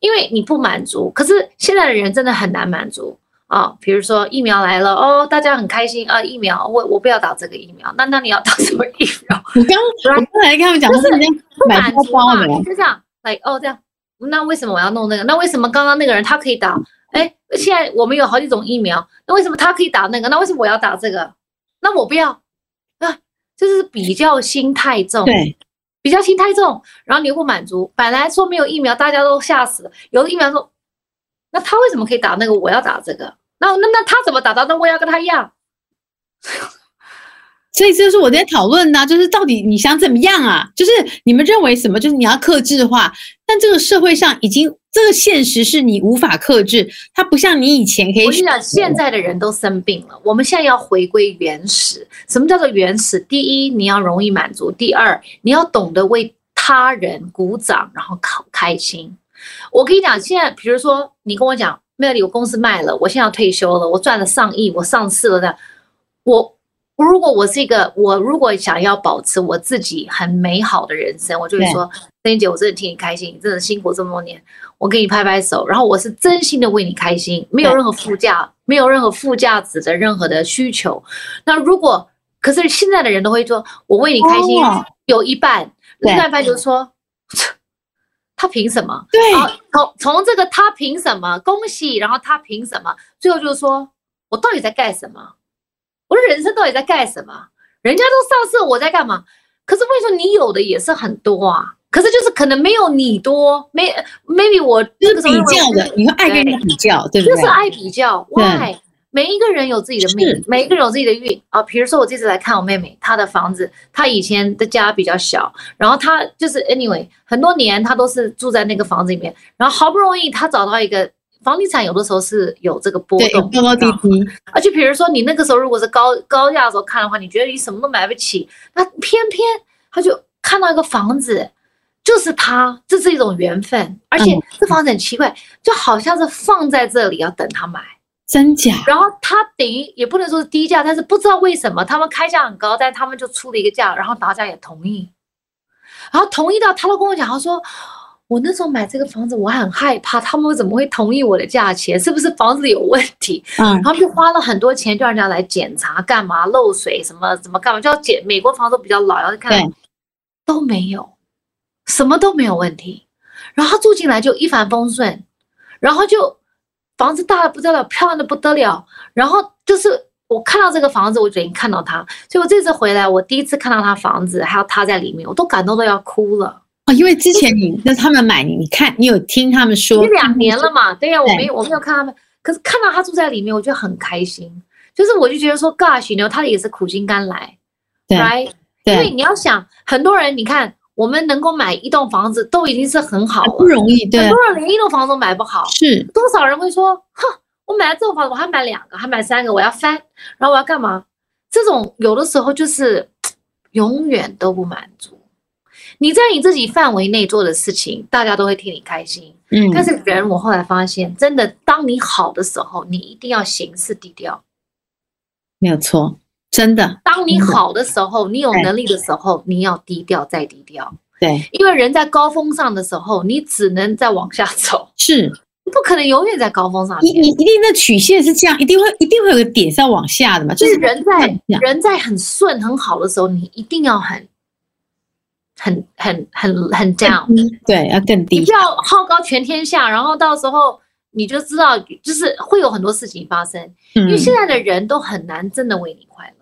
Speaker 2: 因为你不满足，可是现在的人真的很难满足啊、比如说疫苗来了，哦，大家很开心啊，疫苗，我我不要打这个疫苗，那那你要打什么疫苗？
Speaker 1: 我刚我刚才跟他们讲，我说人家
Speaker 2: 不
Speaker 1: 买
Speaker 2: 满
Speaker 1: 包
Speaker 2: 足
Speaker 1: 包的
Speaker 2: 嘛，你就这样，来、哦这样，那为什么我要弄那个？那为什么刚刚那个人他可以打？哎，现在我们有好几种疫苗，那为什么他可以打那个？那为什么我要打这个？那我不要啊，就是比较心太重。
Speaker 1: 对，
Speaker 2: 比较心太重，然后你又不满足。本来说没有疫苗，大家都吓死了。有了疫苗说，那他为什么可以打那个？我要打这个。那那那他怎么打到？那我也要跟他一样。
Speaker 1: 所以这就是我在讨论呐、就是到底你想怎么样啊？就是你们认为什么？就是你要克制化，但这个社会上已经这个现实是你无法克制，它不像你以前可以
Speaker 2: 我跟你讲，现在的人都生病了，我们现在要回归原始。什么叫做原始？第一，你要容易满足；第二，你要懂得为他人鼓掌，然后开开心。我跟你讲，现在比如说你跟我讲，那里我公司卖了，我现在要退休了，我赚了上亿，我上市了的，我。如果我是一个，我如果想要保持我自己很美好的人生，我就会
Speaker 1: 对
Speaker 2: 说，珍姐，我真的替你开心，你真的辛苦这么多年，我给你拍拍手，然后我是真心的为你开心，没有
Speaker 1: 对
Speaker 2: 任何附加，没有任何附加值的任何的需求。那如果可是现在的人都会说，我为你开心
Speaker 1: 哦
Speaker 2: 有一半，
Speaker 1: 对
Speaker 2: 另外一半就说，他凭什么？
Speaker 1: 对
Speaker 2: 然后啊从从这个他凭什么恭喜，然后他凭什么，最后就是说我到底在干什么？我的人生到底在干什么？人家都上市，我在干嘛？可是为什么你有的也是很多啊？可是就是可能没有你多，没呃 maybe 我
Speaker 1: 就
Speaker 2: 那
Speaker 1: 是
Speaker 2: 个
Speaker 1: 比
Speaker 2: 时候认为
Speaker 1: 较的，你会爱跟人家比较，对不
Speaker 2: 就
Speaker 1: 对
Speaker 2: 是？爱比较
Speaker 1: 对
Speaker 2: ，why？每一个人有自己的
Speaker 1: 是
Speaker 2: 命，每一个人有自己的运啊。比如说，我这次来看我妹妹，她的房子，她以前的家比较小，然后她就是 anyway，很多年她都是住在那个房子里面，然后好不容易她找到一个房地产，有的时候是有这个波
Speaker 1: 对，有
Speaker 2: 动，
Speaker 1: 高高低低，
Speaker 2: 而且比如说你那个时候如果是高高价的时候看的话，你觉得你什么都买不起，那偏偏他就看到一个房子，就是他，这是一种缘分。而且
Speaker 1: 嗯
Speaker 2: 这房子很奇怪，就好像是放在这里要等他买，
Speaker 1: 真假？
Speaker 2: 然后他等于也不能说是低价，但是不知道为什么他们开价很高，但他们就出了一个价，然后大家也同意，然后同意到他都跟我讲，他说。我那时候买这个房子，我很害怕他们怎么会同意我的价钱，是不是房子有问题？
Speaker 1: 嗯
Speaker 2: 然，后就花了很多钱叫人家来检查，干嘛漏水什么怎么干嘛，就要检美国房子都比较老，要看
Speaker 1: 对
Speaker 2: 都没有，什么都没有问题。然后他住进来就一帆风顺，然后就房子大的不得了，漂亮的不得了。然后就是我看到这个房子，我就已经看到他，所以我这次回来，我第一次看到他房子，还有他在里面，我都感动的要哭了。
Speaker 1: 哦，因为之前你那他们买你，你看你有听他们
Speaker 2: 因
Speaker 1: 说
Speaker 2: 为两年了嘛，对呀、我
Speaker 1: 对
Speaker 2: 没有我没有看他们，可是看到他住在里面，我就很开心。就是我就觉得说，Gosh，你 w 他也是苦尽甘来
Speaker 1: 对
Speaker 2: ，right？因为
Speaker 1: 对，
Speaker 2: 你要想，很多人你看，我们能够买一栋房子都已经是很好
Speaker 1: 很
Speaker 2: 了，
Speaker 1: 不容易，对
Speaker 2: 很，多人连一栋房子都买不好，
Speaker 1: 是
Speaker 2: 多少人会说，哼，我买了这种房子，我还买两个，还买三个，我要翻，然后我要干嘛？这种有的时候就是嘖永远都不满足。你在你自己范围内做的事情，大家都会替你开心。
Speaker 1: 嗯，
Speaker 2: 但是人，我后来发现，真的，当你好的时候，你一定要行事低调。
Speaker 1: 没有错，真的，
Speaker 2: 当你
Speaker 1: 嗯
Speaker 2: 好的时候，你有
Speaker 1: 对
Speaker 2: 能力的时候，你要低调再低调。
Speaker 1: 对，
Speaker 2: 因为人在高峰上的时候，你只能再往下走，
Speaker 1: 是
Speaker 2: 你不可能永远在高峰上
Speaker 1: 你
Speaker 2: 面。
Speaker 1: 你一定的曲线是这样，一定会一定会有个点是要往下的嘛，
Speaker 2: 就
Speaker 1: 就是是
Speaker 2: 人在
Speaker 1: 这样
Speaker 2: 人在很顺很好的时候，你一定要很很很很很 down，
Speaker 1: 嗯对，要更
Speaker 2: 你
Speaker 1: 低
Speaker 2: 不，要好高全天下，然后到时候你就知道，就是会有很多事情发生。
Speaker 1: 因
Speaker 2: 因为现在的人都很难真的为你快乐。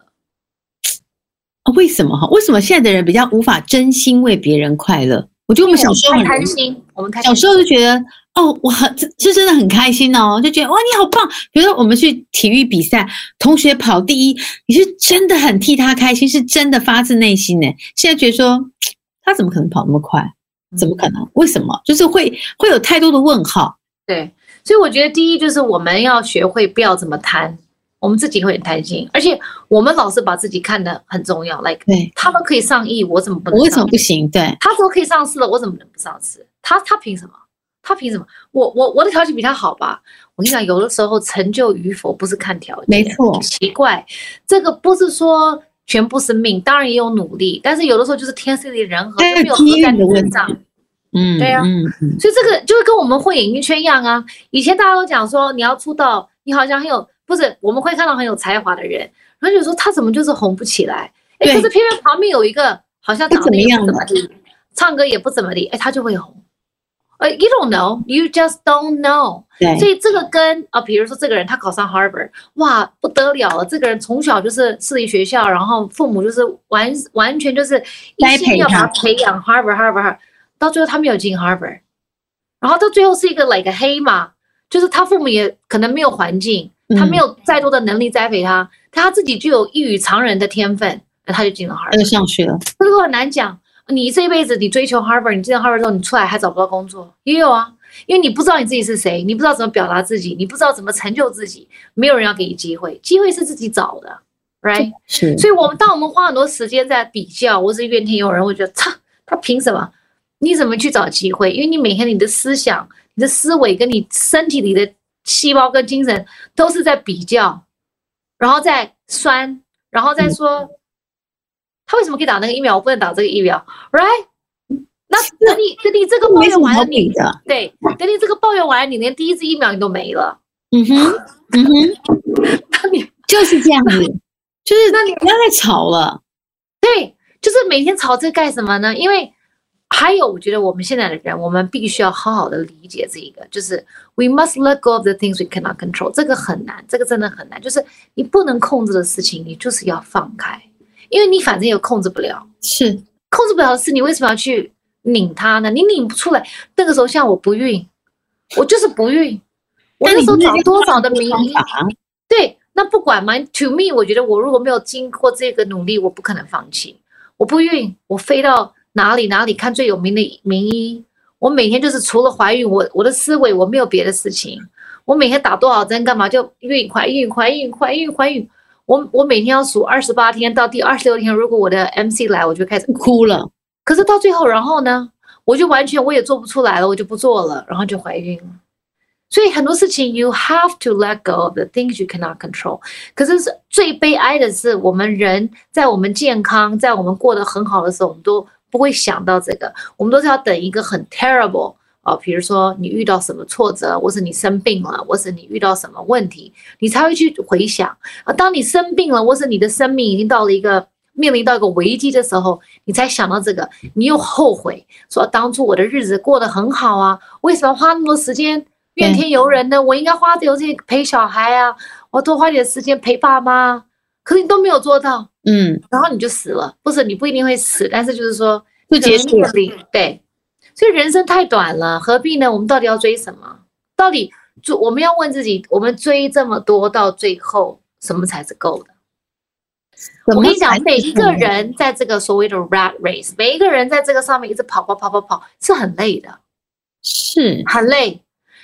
Speaker 1: 哦为什么哈？为什么现在的人比较无法真心为别人快乐？我觉得我们小时候
Speaker 2: 太
Speaker 1: 很
Speaker 2: 贪
Speaker 1: 容易
Speaker 2: 心，我们太贪
Speaker 1: 小
Speaker 2: 心
Speaker 1: 时候就觉得哦，我很这这真的很开心哦，就觉得哇你好棒。比如说我们去体育比赛，同学跑第一，你是真的很替他开心，是真的发自内心的。现在觉得说他怎么可能跑那么快？怎么可能？为什么？就是会会有太多的问号。
Speaker 2: 对，所以我觉得第一就是我们要学会不要这么贪，我们自己会很贪心，而且我们老是把自己看得很重要，like
Speaker 1: 对
Speaker 2: 他都可以上亿，我怎么不能
Speaker 1: 我
Speaker 2: 上亿？
Speaker 1: 为什么不行？对，
Speaker 2: 他都可以上市了，我怎么能不上市？他他凭什么？他凭什么？我我我的条件比他好吧？我跟你讲，有的时候成就与否不是看条件，
Speaker 1: 没错
Speaker 2: 奇怪，这个不是说全部是命，当然也有努力，但是有的时候就是天时地利人和，
Speaker 1: 还有
Speaker 2: 就没有合在
Speaker 1: 机遇的
Speaker 2: 你
Speaker 1: 问
Speaker 2: 身
Speaker 1: 题
Speaker 2: 上。
Speaker 1: 嗯，
Speaker 2: 对啊
Speaker 1: 嗯嗯
Speaker 2: 所以这个就是跟我们混演艺圈一样啊。以前大家都讲说你要出道，你好像很有，不是我们会看到很有才华的人，然后就说他怎么就是红不起来？哎，
Speaker 1: 对
Speaker 2: 可是偏偏旁边有一个好像长得也不
Speaker 1: 不
Speaker 2: 怎
Speaker 1: 怎
Speaker 2: 么
Speaker 1: 么
Speaker 2: 地，唱歌也不怎么地，哎，他就会红。呃，you don't know, you just don't know。
Speaker 1: 对
Speaker 2: 所以这个跟啊，比如说这个人他考上 Harvard，哇，不得了了！这个人从小就是私立学校，然后父母就是完完全就是一
Speaker 1: 栽
Speaker 2: 心
Speaker 1: 培
Speaker 2: 要把
Speaker 1: 他
Speaker 2: 他培养 Harvard，Harvard，到最后他没有进 Harvard，然后到最后是一个 like 黑马，就是他父母也可能没有环境，
Speaker 1: 嗯
Speaker 2: 他没有再多的能力栽培他，但他自己就有异于常人的天分，那他就进了
Speaker 1: 他
Speaker 2: Harvard。
Speaker 1: 就上去了。
Speaker 2: 这个很难讲。你这辈子你追求 Harvard，你进了 Harvard 之后，你出来还找不到工作，也有啊，因为你不知道你自己是谁，你不知道怎么表达自己，你不知道怎么成就自己，没有人要给你机会，机会是自己找的，right？
Speaker 1: 是，
Speaker 2: 所以，我们当我们花很多时间在比较，或是怨天尤人，我觉得，操，他凭什么？你怎么去找机会？因为你每天你的思想、你的思维跟你身体里的细胞跟精神都是在比较，然后再酸，然后再说，他为什么可以打那个疫苗，我不能打这个疫苗，right？那等你等你这个抱
Speaker 1: 啊没什
Speaker 2: 怨
Speaker 1: 么
Speaker 2: 完
Speaker 1: 好
Speaker 2: 了，你
Speaker 1: 比的。
Speaker 2: 对，等你这个抱怨完了，你连第一支疫苗你都没了，
Speaker 1: 嗯哼，嗯哼，
Speaker 2: 那你
Speaker 1: 就是这样子，就是
Speaker 2: 那你
Speaker 1: 不要再吵了。
Speaker 2: 对，就是每天吵这干什么呢？因为还有，我觉得我们现在的人，我们必须要好好的理解这一个，就是 we must let go of the things we cannot control。这个很难，这个真的很难，就是你不能控制的事情，你就是要放开，因为你反正也控制不了，
Speaker 1: 是，
Speaker 2: 控制不了的事，你为什么要去拧它呢？你拧不出来。那个时候像我不孕，我就是不孕，我
Speaker 1: 但
Speaker 2: 那
Speaker 1: 你
Speaker 2: 时候
Speaker 1: 那
Speaker 2: 找
Speaker 1: 个
Speaker 2: 多少的名啊
Speaker 1: 方
Speaker 2: 医，
Speaker 1: 法
Speaker 2: 对，那不管嘛，to me，我觉得我如果没有经过这个努力，我不可能放弃。我不孕，我飞到哪里哪里看最有名的名医。我每天就是除了怀孕，我我的思维我没有别的事情。我每天打多少针干嘛？就孕怀孕怀孕怀孕怀孕。我我每天要数二十八天到第二十六天，如果我的 MC 来，我就开始
Speaker 1: 哭了。
Speaker 2: 可是到最后，然后呢？我就完全我也做不出来了，我就不做了，然后就怀孕了。所以很多事情，you have to let go of the things you cannot control。可是是最悲哀的是，我们人在我们健康，在我们过得很好的时候，我们都不会想到这个，我们都是要等一个很 terrible 啊、比如说你遇到什么挫折，或是你生病了，或是你遇到什么问题，你才会去回想啊。当你生病了，或是你的生命已经到了一个面临到一个危机的时候，你才想到这个，你又后悔说啊当初我的日子过得很好啊，为什么花那么多时间？怨天尤人呢？我应该花点时间陪小孩啊，我多花点时间陪爸妈。可是你都没有做到，
Speaker 1: 嗯，
Speaker 2: 然后你就死了。不是你不一定会死，但是就是说
Speaker 1: 就结束了。
Speaker 2: 力对，所以人生太短了，何必呢？我们到底要追什么？到底追我们要问自己，我们追这么多，到最后什么才是够的？我跟你讲，每一个人在这个所谓的 rat race，每一个人在这个上面一直跑跑跑跑跑，是很累的。
Speaker 1: 是
Speaker 2: 很累。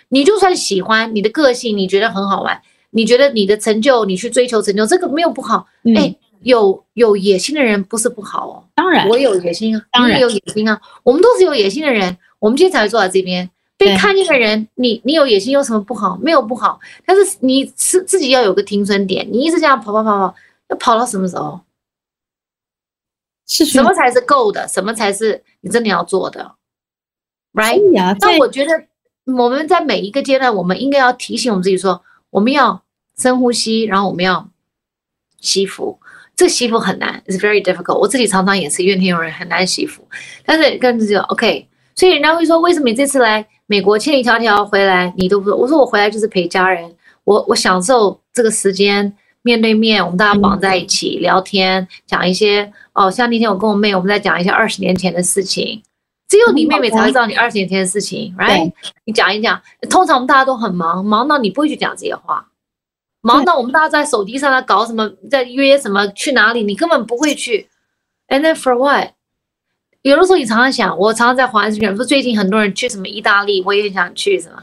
Speaker 2: 你就算喜欢你的个性，你觉得很好玩，你觉得你的成就，你去追求成就，这个没有不好。
Speaker 1: 嗯
Speaker 2: 哎、有有野心的人不是不好哦。
Speaker 1: 当然
Speaker 2: 我有野心啊，
Speaker 1: 当
Speaker 2: 你
Speaker 1: 然
Speaker 2: 也有野心啊，我们都是有野心的人，我们今天才会坐在这边。被
Speaker 1: 对
Speaker 2: 看见的人，你你有野心有什么不好？没有不好，但是你是自己要有个停损点。你一直这样跑跑跑跑，要跑到什么时候？
Speaker 1: 是需
Speaker 2: 什
Speaker 1: 要
Speaker 2: 么才是够的？什么才是你真的要做的？Right？
Speaker 1: 对呀，啊在
Speaker 2: 那我觉得我们在每一个阶段，我们应该要提醒我们自己说，我们要深呼吸，然后我们要惜福。这惜福很难，it's very difficult。我自己常常也是怨天尤人，很难惜福。但是跟自己说 OK，所以人家会说，为什么你这次来美国千里迢迢回来，你都不说？我说我回来就是陪家人，我我享受这个时间。面对面，我们大家绑在一起聊天，讲一些哦，像那天我跟我妹，我们在讲一些二十年前的事情，只有你妹妹才会知道你二十年前的事情，right？你讲一讲。通常我们大家都很忙，忙到你不会去讲这些话，忙到我们大家在手机上在搞什么，在约什么去哪里，你根本不会去。And then for what？有的时候你常常想，我常常在华人圈，不是最近很多人去什么意大利，我也很想去什么。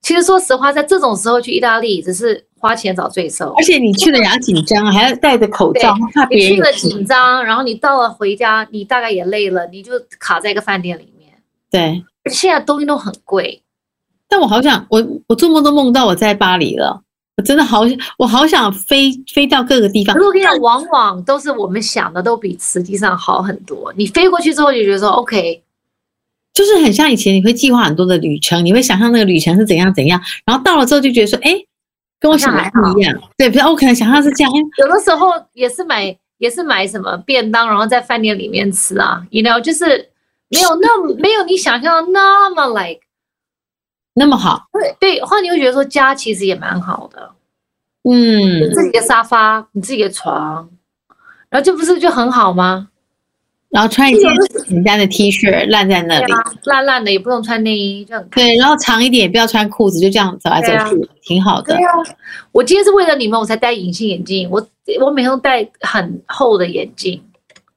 Speaker 2: 其实说实话，在这种时候去意大利，只是花钱找罪受。
Speaker 1: 而且你去了也要紧张，啊还要戴着口罩，怕
Speaker 2: 你
Speaker 1: 别人
Speaker 2: 去
Speaker 1: 有
Speaker 2: 了紧张，然后你到了回家，你大概也累了，你就卡在一个饭店里面。
Speaker 1: 对。
Speaker 2: 而且现在东西都很贵，
Speaker 1: 但我好想，我我做梦都梦到我在巴黎了，我真的好想，我好想飞飞到各个地方
Speaker 2: 可。是我跟你讲，往往都是我们想的都比实际上好很多。你飞过去之后就觉得说，OK，
Speaker 1: 就是很像以前，你会计划很多的旅程，你会想象那个旅程是怎样怎样，然后到了之后就觉得说，哎，跟我想的不一样。对，比如说哦我可能想象是这样，哎
Speaker 2: 有的时候也是买也是买什么便当，然后在饭店里面吃啊，you know，就是没有那么没有你想象的那么 like
Speaker 1: 那么好，
Speaker 2: 对对，后来你会觉得说家其实也蛮好的，
Speaker 1: 嗯
Speaker 2: 你，自己的沙发，你自己的床，然后这不是就很好吗？
Speaker 1: 然后穿一件简单的 T 恤烂在那里
Speaker 2: 对，啊，烂烂的也不用穿内衣，就很开
Speaker 1: 对，然后长一点，不要穿裤子，就这样走来走去，挺好的
Speaker 2: 对。啊，我今天是为了你们我才戴隐形眼镜，我我每天都戴很厚的眼镜，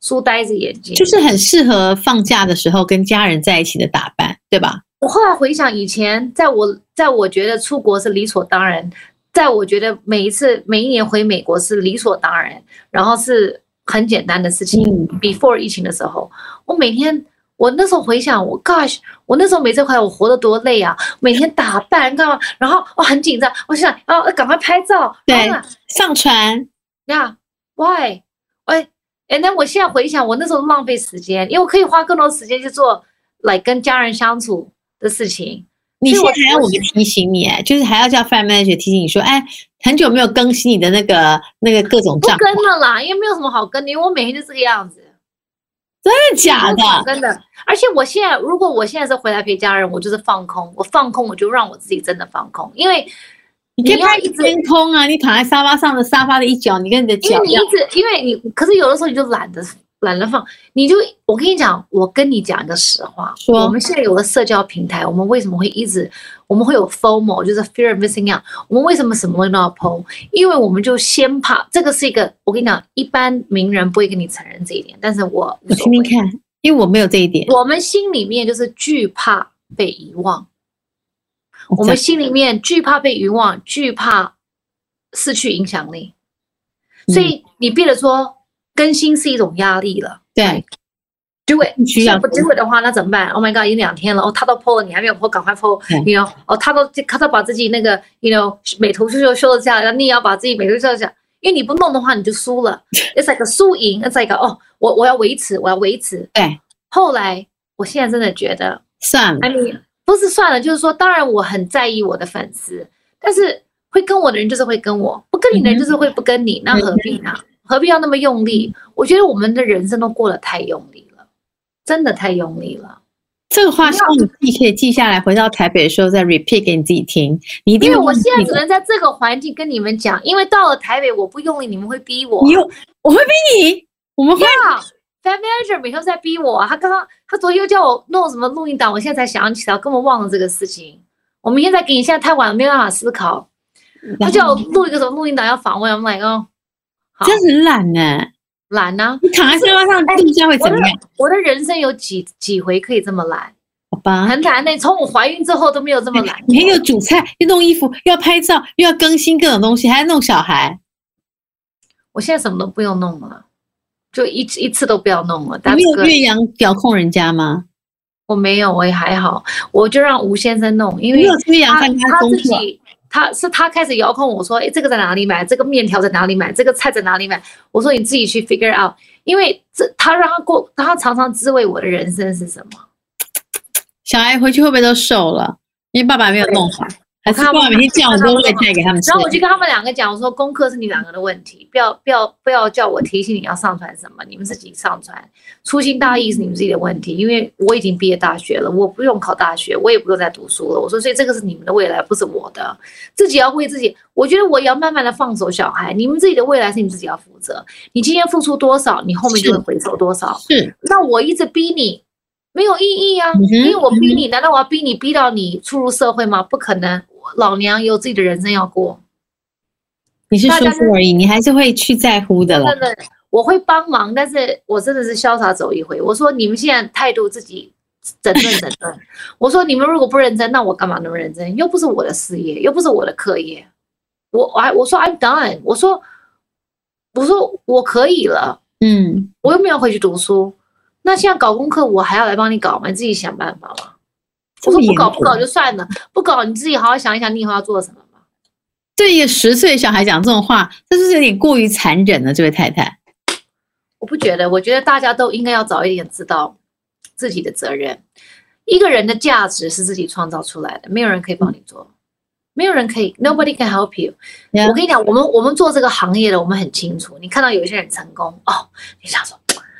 Speaker 2: 书呆子眼镜。
Speaker 1: 就是很适合放假的时候跟家人在一起的打扮，对吧？
Speaker 2: 我后来回想以前，在我在我觉得出国是理所当然，在我觉得每一次每一年回美国是理所当然，然后是很简单的事情。
Speaker 1: 嗯
Speaker 2: before 疫情的时候，我每天我那时候回想，我 gosh，我那时候每次回来我活得多累啊，每天打扮干嘛，然后我、很紧张，我想哦赶快拍照，
Speaker 1: 对
Speaker 2: 然后呢
Speaker 1: 上船，
Speaker 2: 呀、yeah,，why？哎哎，那我现在回想，我那时候浪费时间，因为我可以花更多时间去做来跟家人相处的事情。
Speaker 1: 你
Speaker 2: 所
Speaker 1: 现在还
Speaker 2: 以我
Speaker 1: 要我们提醒你，哎，就是还要叫 f i n manager 提醒你说，哎，很久没有更新你的那个那个各种
Speaker 2: 不
Speaker 1: 账，
Speaker 2: 跟了啦，因为没有什么好跟的，因为我每天就这个样子，
Speaker 1: 真的假
Speaker 2: 没有什么好
Speaker 1: 的？
Speaker 2: 跟的。而且我现在，如果我现在是回来陪家人，我就是放空，我放空，我就让我自己真的放空，因为
Speaker 1: 你可以
Speaker 2: 你要
Speaker 1: 拍
Speaker 2: 一直
Speaker 1: 天空啊，你躺在沙发上的沙发的一角，你跟你的
Speaker 2: 因
Speaker 1: 脚
Speaker 2: 为
Speaker 1: 一
Speaker 2: 你
Speaker 1: 样
Speaker 2: 一直，因为你，可是有的时候你就懒得懒得放，你就我跟你讲，我跟你讲一个实话，
Speaker 1: 说
Speaker 2: 我们现在有了社交平台，我们为什么会一直，我们会有 FOMO，就是 fear of missing out，我们为什么什么都要 PO？因为我们就先怕这个是一个，我跟你讲，一般名人不会跟你承认这一点，但是我无
Speaker 1: 我
Speaker 2: 所
Speaker 1: 听
Speaker 2: 谓
Speaker 1: 听看，因为我没有这一点。
Speaker 2: 我们心里面就是惧怕被遗忘，我们
Speaker 1: 真
Speaker 2: 心里面惧怕被遗忘，惧怕失去影响力，
Speaker 1: 嗯
Speaker 2: 所以你变得说更新是一种压力了。
Speaker 1: 对
Speaker 2: do it。
Speaker 1: 必须要
Speaker 2: 不 do it 的话，那怎么办？Oh my god，已经两天了，哦，他都破了，你还没有破，赶快破
Speaker 1: 嗯
Speaker 2: ，you know，哦，他都他都把自己那个，you know，美图秀秀秀了下来，你也要把自己美图秀秀下来，因为你不弄的话，你就输 了。It's like a 输赢，It's like a, 哦，我我要维持，我要维持。
Speaker 1: 对，
Speaker 2: 后来我现在真的觉得
Speaker 1: 算了，
Speaker 2: ，I mean，不哎是算了，就是说，当然我很在意我的粉丝，但是会跟我的人就是会跟我，不跟你的人就是会不跟你，那何必呢？何必要那么用力？我觉得我们的人生都过得太用力了，真的太用力了。
Speaker 1: 这个话希望你自己可以记下来，回到台北的时候再 repeat 给你自己听。你一定
Speaker 2: 因为
Speaker 1: 会
Speaker 2: 我
Speaker 1: 忘记
Speaker 2: 现在只
Speaker 1: 的
Speaker 2: 能在这个环境跟你们讲，因为到了台北，我不用力，你们会逼我。
Speaker 1: 你有，我会逼你，我们会。
Speaker 2: 啊 f a n manager 每天都在逼我，啊他刚刚他昨天又叫我弄什么录音档，我现在才想起来，我根本忘了这个事情。我明天再给你，现在太晚了，没有办法思考。他叫我录一个什么录音档要访问，I'm like 哦，好
Speaker 1: 真的很懒呢、
Speaker 2: 懒呢、
Speaker 1: 你躺在沙发上
Speaker 2: 哎
Speaker 1: 录一下会
Speaker 2: 我
Speaker 1: 怎
Speaker 2: 的
Speaker 1: 么样？
Speaker 2: 我的人生有几几回可以这么懒，
Speaker 1: 好吧，
Speaker 2: 很懒的、从我怀孕之后都没有这么 懒。
Speaker 1: 你还有煮菜，又弄衣服，又要拍照，又要更新各种东西，还要弄小孩。
Speaker 2: 我现在什么都不用弄了，就一次一次都不要弄了。
Speaker 1: 你
Speaker 2: 但
Speaker 1: 没
Speaker 2: 是
Speaker 1: 有岳阳遥控人家吗？
Speaker 2: 我没有，我也还好，我就让吴先生弄，因
Speaker 1: 你没
Speaker 2: 为
Speaker 1: 有岳阳
Speaker 2: 他
Speaker 1: 看他
Speaker 2: 他
Speaker 1: 工
Speaker 2: 自
Speaker 1: 作，
Speaker 2: 己，他是他开始遥控我说，哎，这个在哪里买？这个面条在哪里买？这个菜在哪里买？我说你自己去 figure out，因为这他让他过，他常常滋味我的人生是什么？
Speaker 1: 小孩回去会不会都瘦了？因为爸爸没有弄好，还是
Speaker 2: 我看他
Speaker 1: 爸
Speaker 2: 们
Speaker 1: 爸每天叫很多外带给他们吃
Speaker 2: 然。后我就跟他们两个讲，我说功课是你两个的问题，不要不要不要叫我提醒你要上传什么，你们自己上传。粗心大意是你们自己的问题，因为我已经毕业大学了，我不用考大学，我也不用再读书了。我说，所以这个是你们的未来，不是我的，自己要为自己。我觉得我也要慢慢的放手，小孩，你们自己的未来是你们自己要负责。你今天付出多少，你后面就会
Speaker 1: 是
Speaker 2: 回收多少。
Speaker 1: 是，
Speaker 2: 那我一直逼你，没有意义啊！
Speaker 1: 嗯哼
Speaker 2: 因为我逼你，难道我要逼你逼到你出入社会吗？不可能，我老娘有自己的人生要过。
Speaker 1: 你是
Speaker 2: 大
Speaker 1: 说
Speaker 2: 家
Speaker 1: 说而已，你还是会去在乎的啦。
Speaker 2: 真的，我会帮忙，但是我真的是潇洒走一回。我说你们现在态度自己整顿 整顿。我说你们如果不认真，那我干嘛那么认真？又不是我的事业，又不是我的课业。我我还我说 I'm done，我说我说我可以了，
Speaker 1: 嗯，
Speaker 2: 我又没有回去读书。那现在搞功课，我还要来帮你搞吗？你自己想办法嘛。我
Speaker 1: 这么
Speaker 2: 说不
Speaker 1: 严
Speaker 2: 搞不
Speaker 1: 格啊
Speaker 2: 搞就算了，不搞你自己好好想一想，你以后要做什么嘛。
Speaker 1: 对一个十岁的小孩讲这种话，这是有点过于残忍了。这位太太，
Speaker 2: 我不觉得，我觉得大家都应该要早一点知道自己的责任。一个人的价值是自己创造出来的，没有人可以帮你做，没有人可以，nobody can help you。
Speaker 1: Yeah
Speaker 2: 我跟你讲，我们我们做这个行业的，我们很清楚。你看到有一些人成功哦，你想说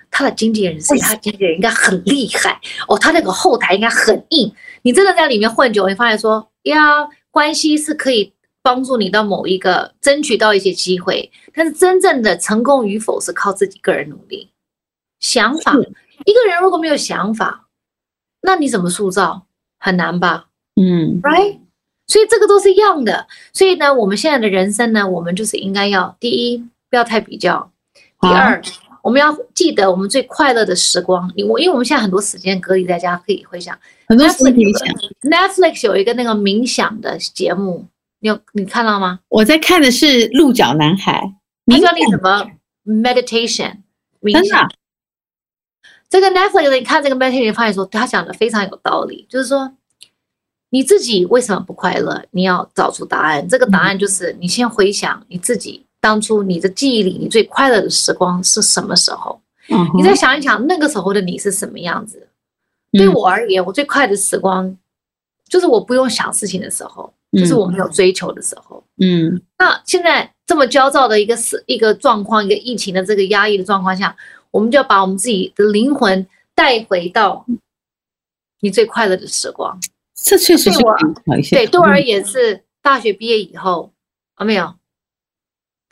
Speaker 2: 他的经纪人是谁？他的经纪人应该很厉害哦，他那个后台应该很硬。你真的在里面混久，你发现说呀，关系是可以帮助你到某一个争取到一些机会，但是真正的成功与否是靠自己个人努力。想法，
Speaker 1: 是
Speaker 2: 一个人如果没有想法，那你怎么塑造？很难吧
Speaker 1: 嗯，
Speaker 2: ，right？所以这个都是一样的。所以呢，我们现在的人生呢，我们就是应该要第一，不要太比较；第
Speaker 1: 好
Speaker 2: 二，我们要记得我们最快乐的时光。你我，因为我们现在很多时间隔离在家，可以回想
Speaker 1: 很多事情可以想。
Speaker 2: Netflix Netflix 有一个那个冥想的节目，你有你看到吗？
Speaker 1: 我在看的是《鹿角男孩》，
Speaker 2: 它
Speaker 1: 冥
Speaker 2: 叫
Speaker 1: 想
Speaker 2: 你什么 meditation 冥
Speaker 1: 真的
Speaker 2: 想
Speaker 1: 啊。
Speaker 2: 这个 Netflix 的你看这个 meditation，你发现说他讲的非常有道理，就是说你自己为什么不快乐，你要找出答案。这个答案
Speaker 1: 嗯
Speaker 2: 就是你先回想你自己当初你的记忆里你最快乐的时光是什么时候，
Speaker 1: 嗯哼
Speaker 2: 你再想一想那个时候的你是什么样子。对
Speaker 1: 嗯
Speaker 2: 我而言，我最快的时光就是我不用想事情的时候，就是
Speaker 1: 嗯
Speaker 2: 我没有追求的时候。
Speaker 1: 嗯，
Speaker 2: 那现在这么焦躁的一个是一个状况，一个疫情的这个压抑的状况下，我们就要把我们自己的灵魂带回到你最快乐的时光。
Speaker 1: 这确实是
Speaker 2: 对我
Speaker 1: 好一些。
Speaker 2: 对，对我而
Speaker 1: 嗯
Speaker 2: 言是大学毕业以后，啊没有，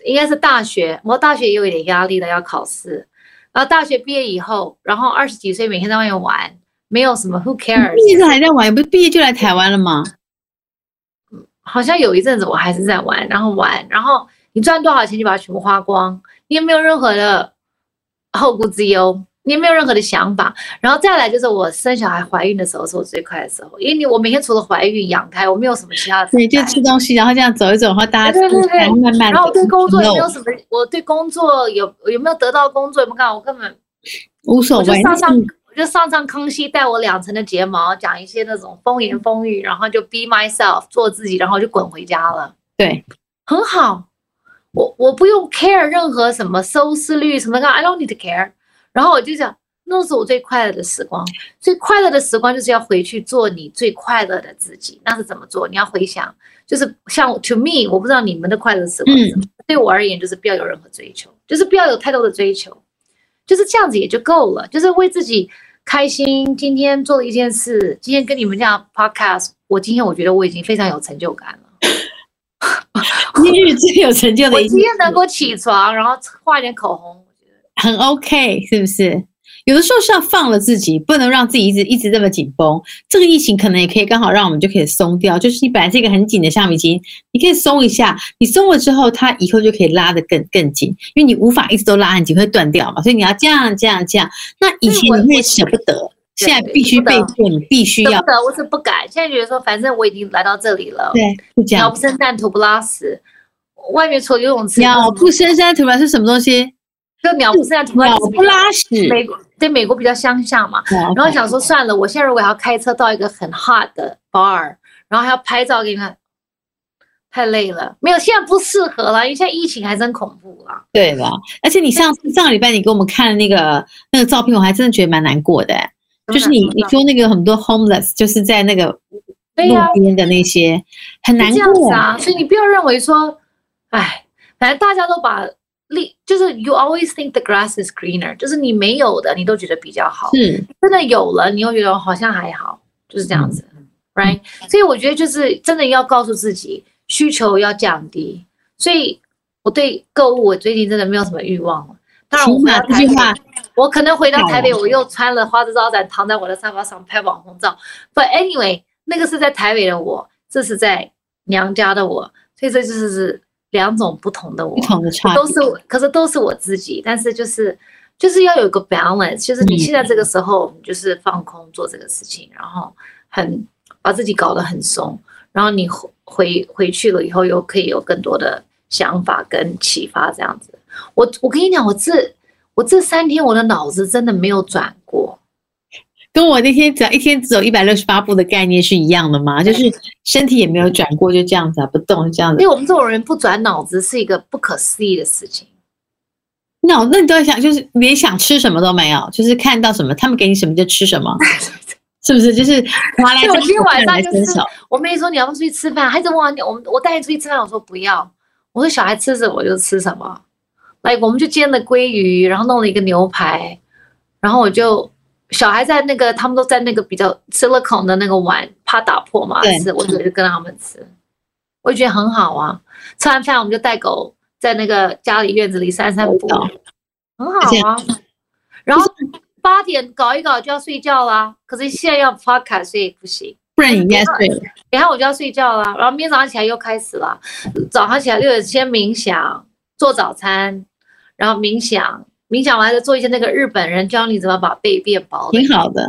Speaker 2: 应该是大学，我大学也有一点压力了，要考试。然后大学毕业以后，然后二十几岁每天在外面玩，没有什么 who
Speaker 1: 嗯毕业
Speaker 2: cares，
Speaker 1: 时候还在玩，也不是毕业就来台湾了吗？
Speaker 2: 好像有一阵子我还是在玩，然后玩，然后你赚多少钱就把它全部花光，你也没有任何的后顾之忧，你也没有任何的想法。然后再来就是我生小孩怀孕的时候是我最快的时候，因为你我每天除了怀孕养胎，我没有什么其他的。
Speaker 1: 对，就吃东西，然后这样走一走，然后大家
Speaker 2: 对对对对
Speaker 1: 然后慢慢地
Speaker 2: 然后我对工作也没有
Speaker 1: 走
Speaker 2: 什么，我对工作有有没有得到工作有没有干嘛，我根本
Speaker 1: 无所
Speaker 2: 我就
Speaker 1: 谓，
Speaker 2: 上上
Speaker 1: 嗯
Speaker 2: 我就上上康熙带我两层的睫毛，讲一些那种风言风语，然后就 be myself 做自己，然后就滚回家了，
Speaker 1: 对，
Speaker 2: 很好。我我不用 care 任何什么收视率什么的，I don't need to care。然后我就想，那是我最快乐的时光，最快乐的时光就是要回去做你最快乐的自己。那是怎么做？你要回想，就是像 to me，我不知道你们的快乐时光是什么，对我而言就是不要有任何追求，就是不要有太多的追求，就是这样子也就够了，就是为自己开心。今天做了一件事，今天跟你们这样 podcast，我今天我觉得我已经非常有成就感了。
Speaker 1: 今日最有成就
Speaker 2: 我
Speaker 1: 的一
Speaker 2: 今
Speaker 1: 天
Speaker 2: 天能够起床，然后画一点口红，我觉得
Speaker 1: 很 OK，是不是？有的时候是要放了自己，不能让自己一直一直这么紧绷。这个疫情可能也可以刚好让我们就可以松掉，就是你本来是一个很紧的橡皮筋，你可以松一下，你松了之后，它以后就可以拉得更更紧，因为你无法一直都拉很紧，会断掉嘛。所以你要这样这样这样。那以前
Speaker 2: 我
Speaker 1: 你会
Speaker 2: 我
Speaker 1: 舍不得，现在
Speaker 2: 对
Speaker 1: 必须
Speaker 2: 舍不
Speaker 1: 被
Speaker 2: 得
Speaker 1: 迫，你必须
Speaker 2: 舍
Speaker 1: 要
Speaker 2: 不得，我是不敢。现在觉得说，反正我已经来到这里了，
Speaker 1: 对，是这
Speaker 2: 鸟
Speaker 1: 样
Speaker 2: 不。生蛋，土不拉屎。外面除了游泳池，
Speaker 1: 鸟
Speaker 2: 没有
Speaker 1: 不生山，突然是什么东西？
Speaker 2: 什么就鸟不生蛋，土不拉
Speaker 1: 鸟
Speaker 2: 屎。
Speaker 1: 不拉屎。哦
Speaker 2: 美国对美国比较相像嘛，
Speaker 1: 然
Speaker 2: 然后想说算了，我现在如果要开车到一个很 hot 的 bar，然后还要拍照给你看，太累了。没有，现在不适合了，因为现在疫情还真恐怖啊啦。
Speaker 1: 对了，而且你上次上个礼拜你给我们看的那个那个照片，我还真的觉得蛮难过的、就是你你说那个很多 homeless，就是在那个
Speaker 2: 对呀
Speaker 1: 路边的那些，很难
Speaker 2: 是这样
Speaker 1: 过
Speaker 2: 子。啊。所以你不要认为说，哎，反正大家都把利，就是 you always think the grass is greener，就是你没有的，你都觉得比较好。
Speaker 1: 是，
Speaker 2: 真的有了，你又觉得好像还好，就是这样子、r
Speaker 1: 嗯
Speaker 2: i g h t 所以我觉得就是真的要告诉自己，需求要降低。所以我对购物，我最近真的没有什么欲望了。当然，我
Speaker 1: 起
Speaker 2: 回
Speaker 1: 码
Speaker 2: 到
Speaker 1: 这
Speaker 2: 台
Speaker 1: 句
Speaker 2: 北
Speaker 1: 话，
Speaker 2: 我可能回到台北，
Speaker 1: 好啊
Speaker 2: 我又穿了花枝招展，躺在我的沙发上拍网红照。But anyway，那个是在台北的我，这是在娘家的我，所以这就是是两种不同的我
Speaker 1: 不。同的差
Speaker 2: 都
Speaker 1: 别。
Speaker 2: 是我，可是都是我自己，但是就是就是要有个 balance，就是你
Speaker 1: 嗯
Speaker 2: 现在这个时候，你就是放空做这个事情，然后很把自己搞得很松，然后你回回回去了以后，又可以有更多的想法跟启发这样子。我我跟你讲，我这我这三天我的脑子真的没有转过，
Speaker 1: 跟我那天只要一天只走一百六十八步的概念是一样的吗？就是身体也没有转过，就这样子啊，不动就这样
Speaker 2: 因为
Speaker 1: 子。
Speaker 2: 我们这种人不转脑子是一个不可思议的事情。
Speaker 1: 那那你都在想，就是连想吃什么都没有，就是看到什么，他们给你什么就吃什 么，是不是？就是拿来
Speaker 2: 对我
Speaker 1: 伸
Speaker 2: 今天
Speaker 1: 手
Speaker 2: 晚
Speaker 1: 拿来
Speaker 2: 上就
Speaker 1: 伸
Speaker 2: 是
Speaker 1: 手。
Speaker 2: 我妹说你要不要出去吃饭，孩子问我你我们我带你出去吃饭，我说不要。我说小孩吃什么就吃什么，来我们就煎了鲑鱼，然后弄了一个牛排，然后我就小孩在那个他们都在那个比较 silicone 的那个碗怕打破嘛
Speaker 1: 对嗯
Speaker 2: 吃，我就就跟他们吃，我就觉得很好啊。吃完饭我们就带狗在那个家里院子里散散步
Speaker 1: 我懂，
Speaker 2: 很
Speaker 1: 而且
Speaker 2: 好啊。然后八点搞一搞就要睡觉啦，可是现在要 podcast 所以不行。
Speaker 1: 不然你应该睡了。
Speaker 2: 然后我就要睡觉啦，然后明天早上起来又开始了，早上起来又有先冥想，做早餐，然后冥想，冥想完了做一些那个日本人教你怎么把背变薄的，
Speaker 1: 挺好的。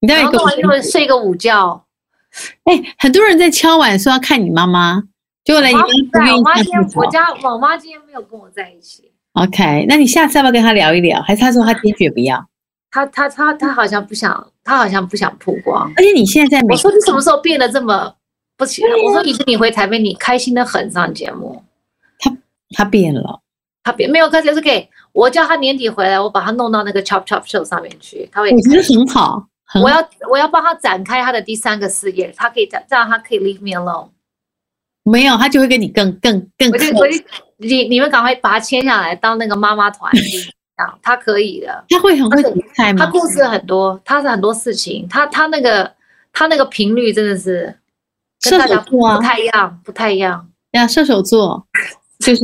Speaker 1: 你待
Speaker 2: 然
Speaker 1: 会
Speaker 2: 后
Speaker 1: 跟
Speaker 2: 弄
Speaker 1: 我
Speaker 2: 完又睡个午觉。
Speaker 1: 哎、很多人在敲碗说要看你妈妈，结果来你
Speaker 2: 然
Speaker 1: 妈不
Speaker 2: 后啊对，
Speaker 1: 愿
Speaker 2: 我
Speaker 1: 意
Speaker 2: 妈
Speaker 1: 看
Speaker 2: 今天
Speaker 1: 你
Speaker 2: 我家我妈今天没有跟我在一起，
Speaker 1: OK，那你下次要不要跟她聊一聊？还是她说她坚决不要？
Speaker 2: 她她她她好像不想，她好像不想曝光。
Speaker 1: 而且你现在在美
Speaker 2: 我说你什么时候变得这么不行？我说以前你回台北你开心的很上节目，
Speaker 1: 她变了，
Speaker 2: 他别没有开始是给我叫他年底回来，我把他弄到那个 Chop Chop Show 上面去，他会
Speaker 1: 我觉得很好，很
Speaker 2: 我
Speaker 1: 好。
Speaker 2: 要我要帮他展开他的第三个事业，他可以展，这样他可以 leave me alone。
Speaker 1: 没有，她就会跟你更更更
Speaker 2: 我就
Speaker 1: close
Speaker 2: 我就你你们赶快把他签下来当那个妈妈团，这样他可以的。
Speaker 1: 她会很会
Speaker 2: 而且
Speaker 1: 煮菜
Speaker 2: 他
Speaker 1: 吗？
Speaker 2: 故事很多，他是很多事情，他他那个他那个频率真的是跟
Speaker 1: 射
Speaker 2: 大
Speaker 1: 手
Speaker 2: 家
Speaker 1: 座啊
Speaker 2: 不太一样，不太一样。
Speaker 1: 呀，射手座就是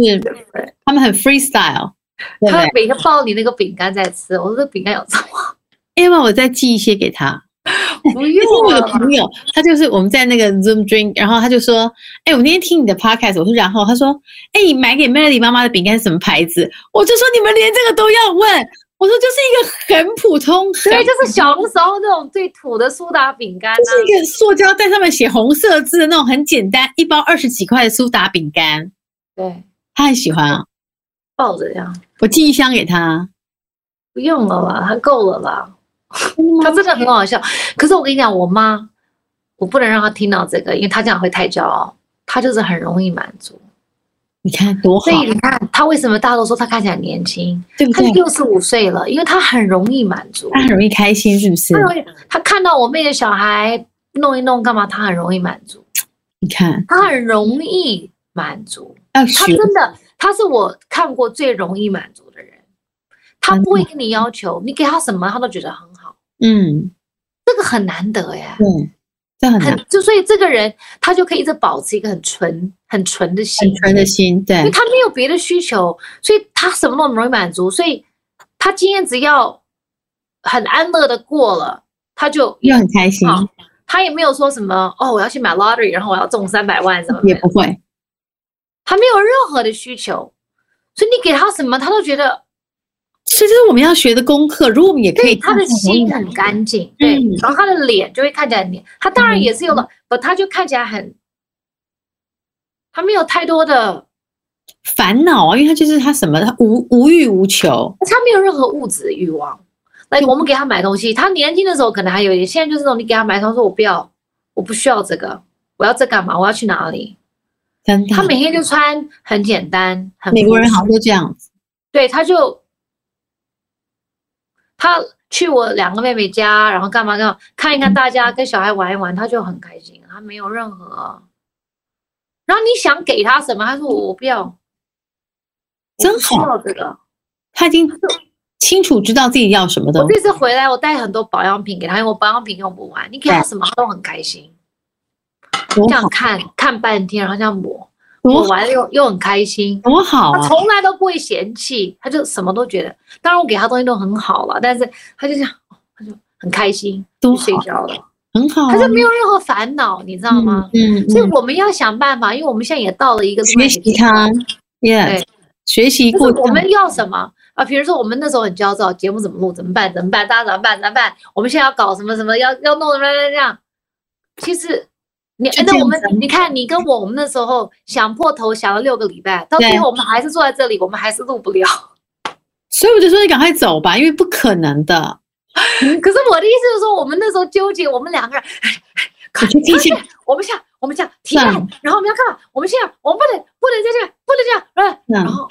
Speaker 1: 他们很 freestyle，对不
Speaker 2: 他
Speaker 1: 对
Speaker 2: 每天抱你那个饼干在吃，我说这饼干有这么
Speaker 1: 因为我再寄一些给她。
Speaker 2: 不
Speaker 1: 因为
Speaker 2: 用啊
Speaker 1: 我有
Speaker 2: 了
Speaker 1: 个朋友，他就是我们在那个 Zoom drink，然后他就说：“哎、我那天听你的 podcast，我说然后他说：哎、你买给 Melody 妈妈的饼干是什么牌子？我就说你们连这个都要问，我说就是一个很普通，很
Speaker 2: 对，啊就是小的时候那种最土的苏打饼干啊
Speaker 1: 就
Speaker 2: 呐、
Speaker 1: 是一个塑胶袋上面写红色字的那种很简单，一包二十几块的苏打饼干，
Speaker 2: 对，
Speaker 1: 他很喜欢啊，
Speaker 2: 抱着这样，
Speaker 1: 我寄一箱给他。”
Speaker 2: 不用了啦，他够了啦。 他真的很好笑。可是我跟你讲，我妈，我不能让她听到这个，因为她这样会太骄傲。她就是很容易满足，
Speaker 1: 你看多好啊
Speaker 2: 所，以你看她为什么大家都说她看起来很年轻？
Speaker 1: 对不
Speaker 2: 她
Speaker 1: 对？
Speaker 2: 六十五岁了，因为她很容易满足，
Speaker 1: 他很容易开心，是不是
Speaker 2: 她？容易，她看到我妹的小孩弄一弄干嘛，她很容易满足，
Speaker 1: 你看，
Speaker 2: 她很容易满足。
Speaker 1: 要
Speaker 2: 他
Speaker 1: 学
Speaker 2: 真的，他是我看过最容易满足的人。他不会跟你要求，你给他什么，他都觉得很好，
Speaker 1: 嗯，
Speaker 2: 这个很难得耶。
Speaker 1: 对，这很难
Speaker 2: 很，就所以这个人他就可以一直保持一个很纯、很纯的心
Speaker 1: 很，纯的心，
Speaker 2: 因为
Speaker 1: 对，
Speaker 2: 他没有别的需求，所以他什么都很容易满足。所以他今天只要很安乐的过了，他就
Speaker 1: 又很开心，
Speaker 2: 好。他也没有说什么哦，我要去买 lottery，然后我要中三百万什么的，
Speaker 1: 也不会，
Speaker 2: 他没有任何的需求，所以你给他什么，他都觉得
Speaker 1: 所以这是我们要学的功课。如果我们也可以，
Speaker 2: 对，他的心很，干净，对
Speaker 1: 嗯，
Speaker 2: 然后他的脸就会看起来很黏，他当然也是有了，不，他就看起来很，他没有太多的，
Speaker 1: 烦恼啊，因为他就是他什么，他无无欲无求，
Speaker 2: 他没有任何物质的欲望。那
Speaker 1: 嗯
Speaker 2: 我们给他买东西，他年轻的时候可能还有一点，现在就是那种你给他买，他说我不要，我不需要这个，我要这干嘛？我要去哪里？
Speaker 1: 真的
Speaker 2: 他。每天就穿很简单，很
Speaker 1: 嗯美国人
Speaker 2: 朴
Speaker 1: 好
Speaker 2: 素
Speaker 1: 像都这样子，
Speaker 2: 对，他就他去我两个妹妹家，然后干嘛干嘛，看一看大家跟小孩玩一玩，他就很开心，他没有任何。然后你想给他什么，他说我我不要，我
Speaker 1: 真
Speaker 2: 不需
Speaker 1: 好
Speaker 2: 要这个。
Speaker 1: 他已经清楚知道自己要什么
Speaker 2: 我
Speaker 1: 东西，
Speaker 2: 这次回来，我带很多保养品给他，因为我保养品用不完，你给他什么他都很开心，
Speaker 1: 多
Speaker 2: 这样
Speaker 1: 哎好
Speaker 2: 看看半天，然后这样抹，
Speaker 1: 多
Speaker 2: 抹
Speaker 1: 好
Speaker 2: 完了又又很开心。
Speaker 1: 多好
Speaker 2: 他
Speaker 1: 啊！
Speaker 2: 从来都不会嫌弃，他就什么都觉得。当然我给他东西都很好了，但是他就这样，哦他就很开心，
Speaker 1: 多
Speaker 2: 就
Speaker 1: 好
Speaker 2: 睡觉了，
Speaker 1: 很好啊，
Speaker 2: 他就没有任何烦恼，你知道吗？
Speaker 1: 嗯？嗯，
Speaker 2: 所以
Speaker 1: 嗯
Speaker 2: 我们要想办法，因为我们现在也到了一个
Speaker 1: 学习他，yes，
Speaker 2: 对
Speaker 1: 学习
Speaker 2: 就是
Speaker 1: 过
Speaker 2: 我们要什么啊？比如说我们那时候很焦躁，节目怎么录，怎么办，怎么办，大家怎么办，怎么办？我们现在要搞什么什么，要要弄什么这样。其实你
Speaker 1: 就这
Speaker 2: 那
Speaker 1: 样
Speaker 2: 我们
Speaker 1: 子啊
Speaker 2: 你看你跟我，我们那时候想破头想了六个礼拜，到
Speaker 1: 对
Speaker 2: 最后我们还是坐在这里，我们还是录不了。
Speaker 1: 所以我就说你赶快走吧，因为不可能的。
Speaker 2: 可是我的意思就是说，我们那时候纠结，我们两个人，哎
Speaker 1: 我就提醒，
Speaker 2: 我们现在我们这样提案
Speaker 1: 算，
Speaker 2: 然后我们要干嘛？我们现在我们不能不能在这样，不能这样，
Speaker 1: 嗯，
Speaker 2: 然后然后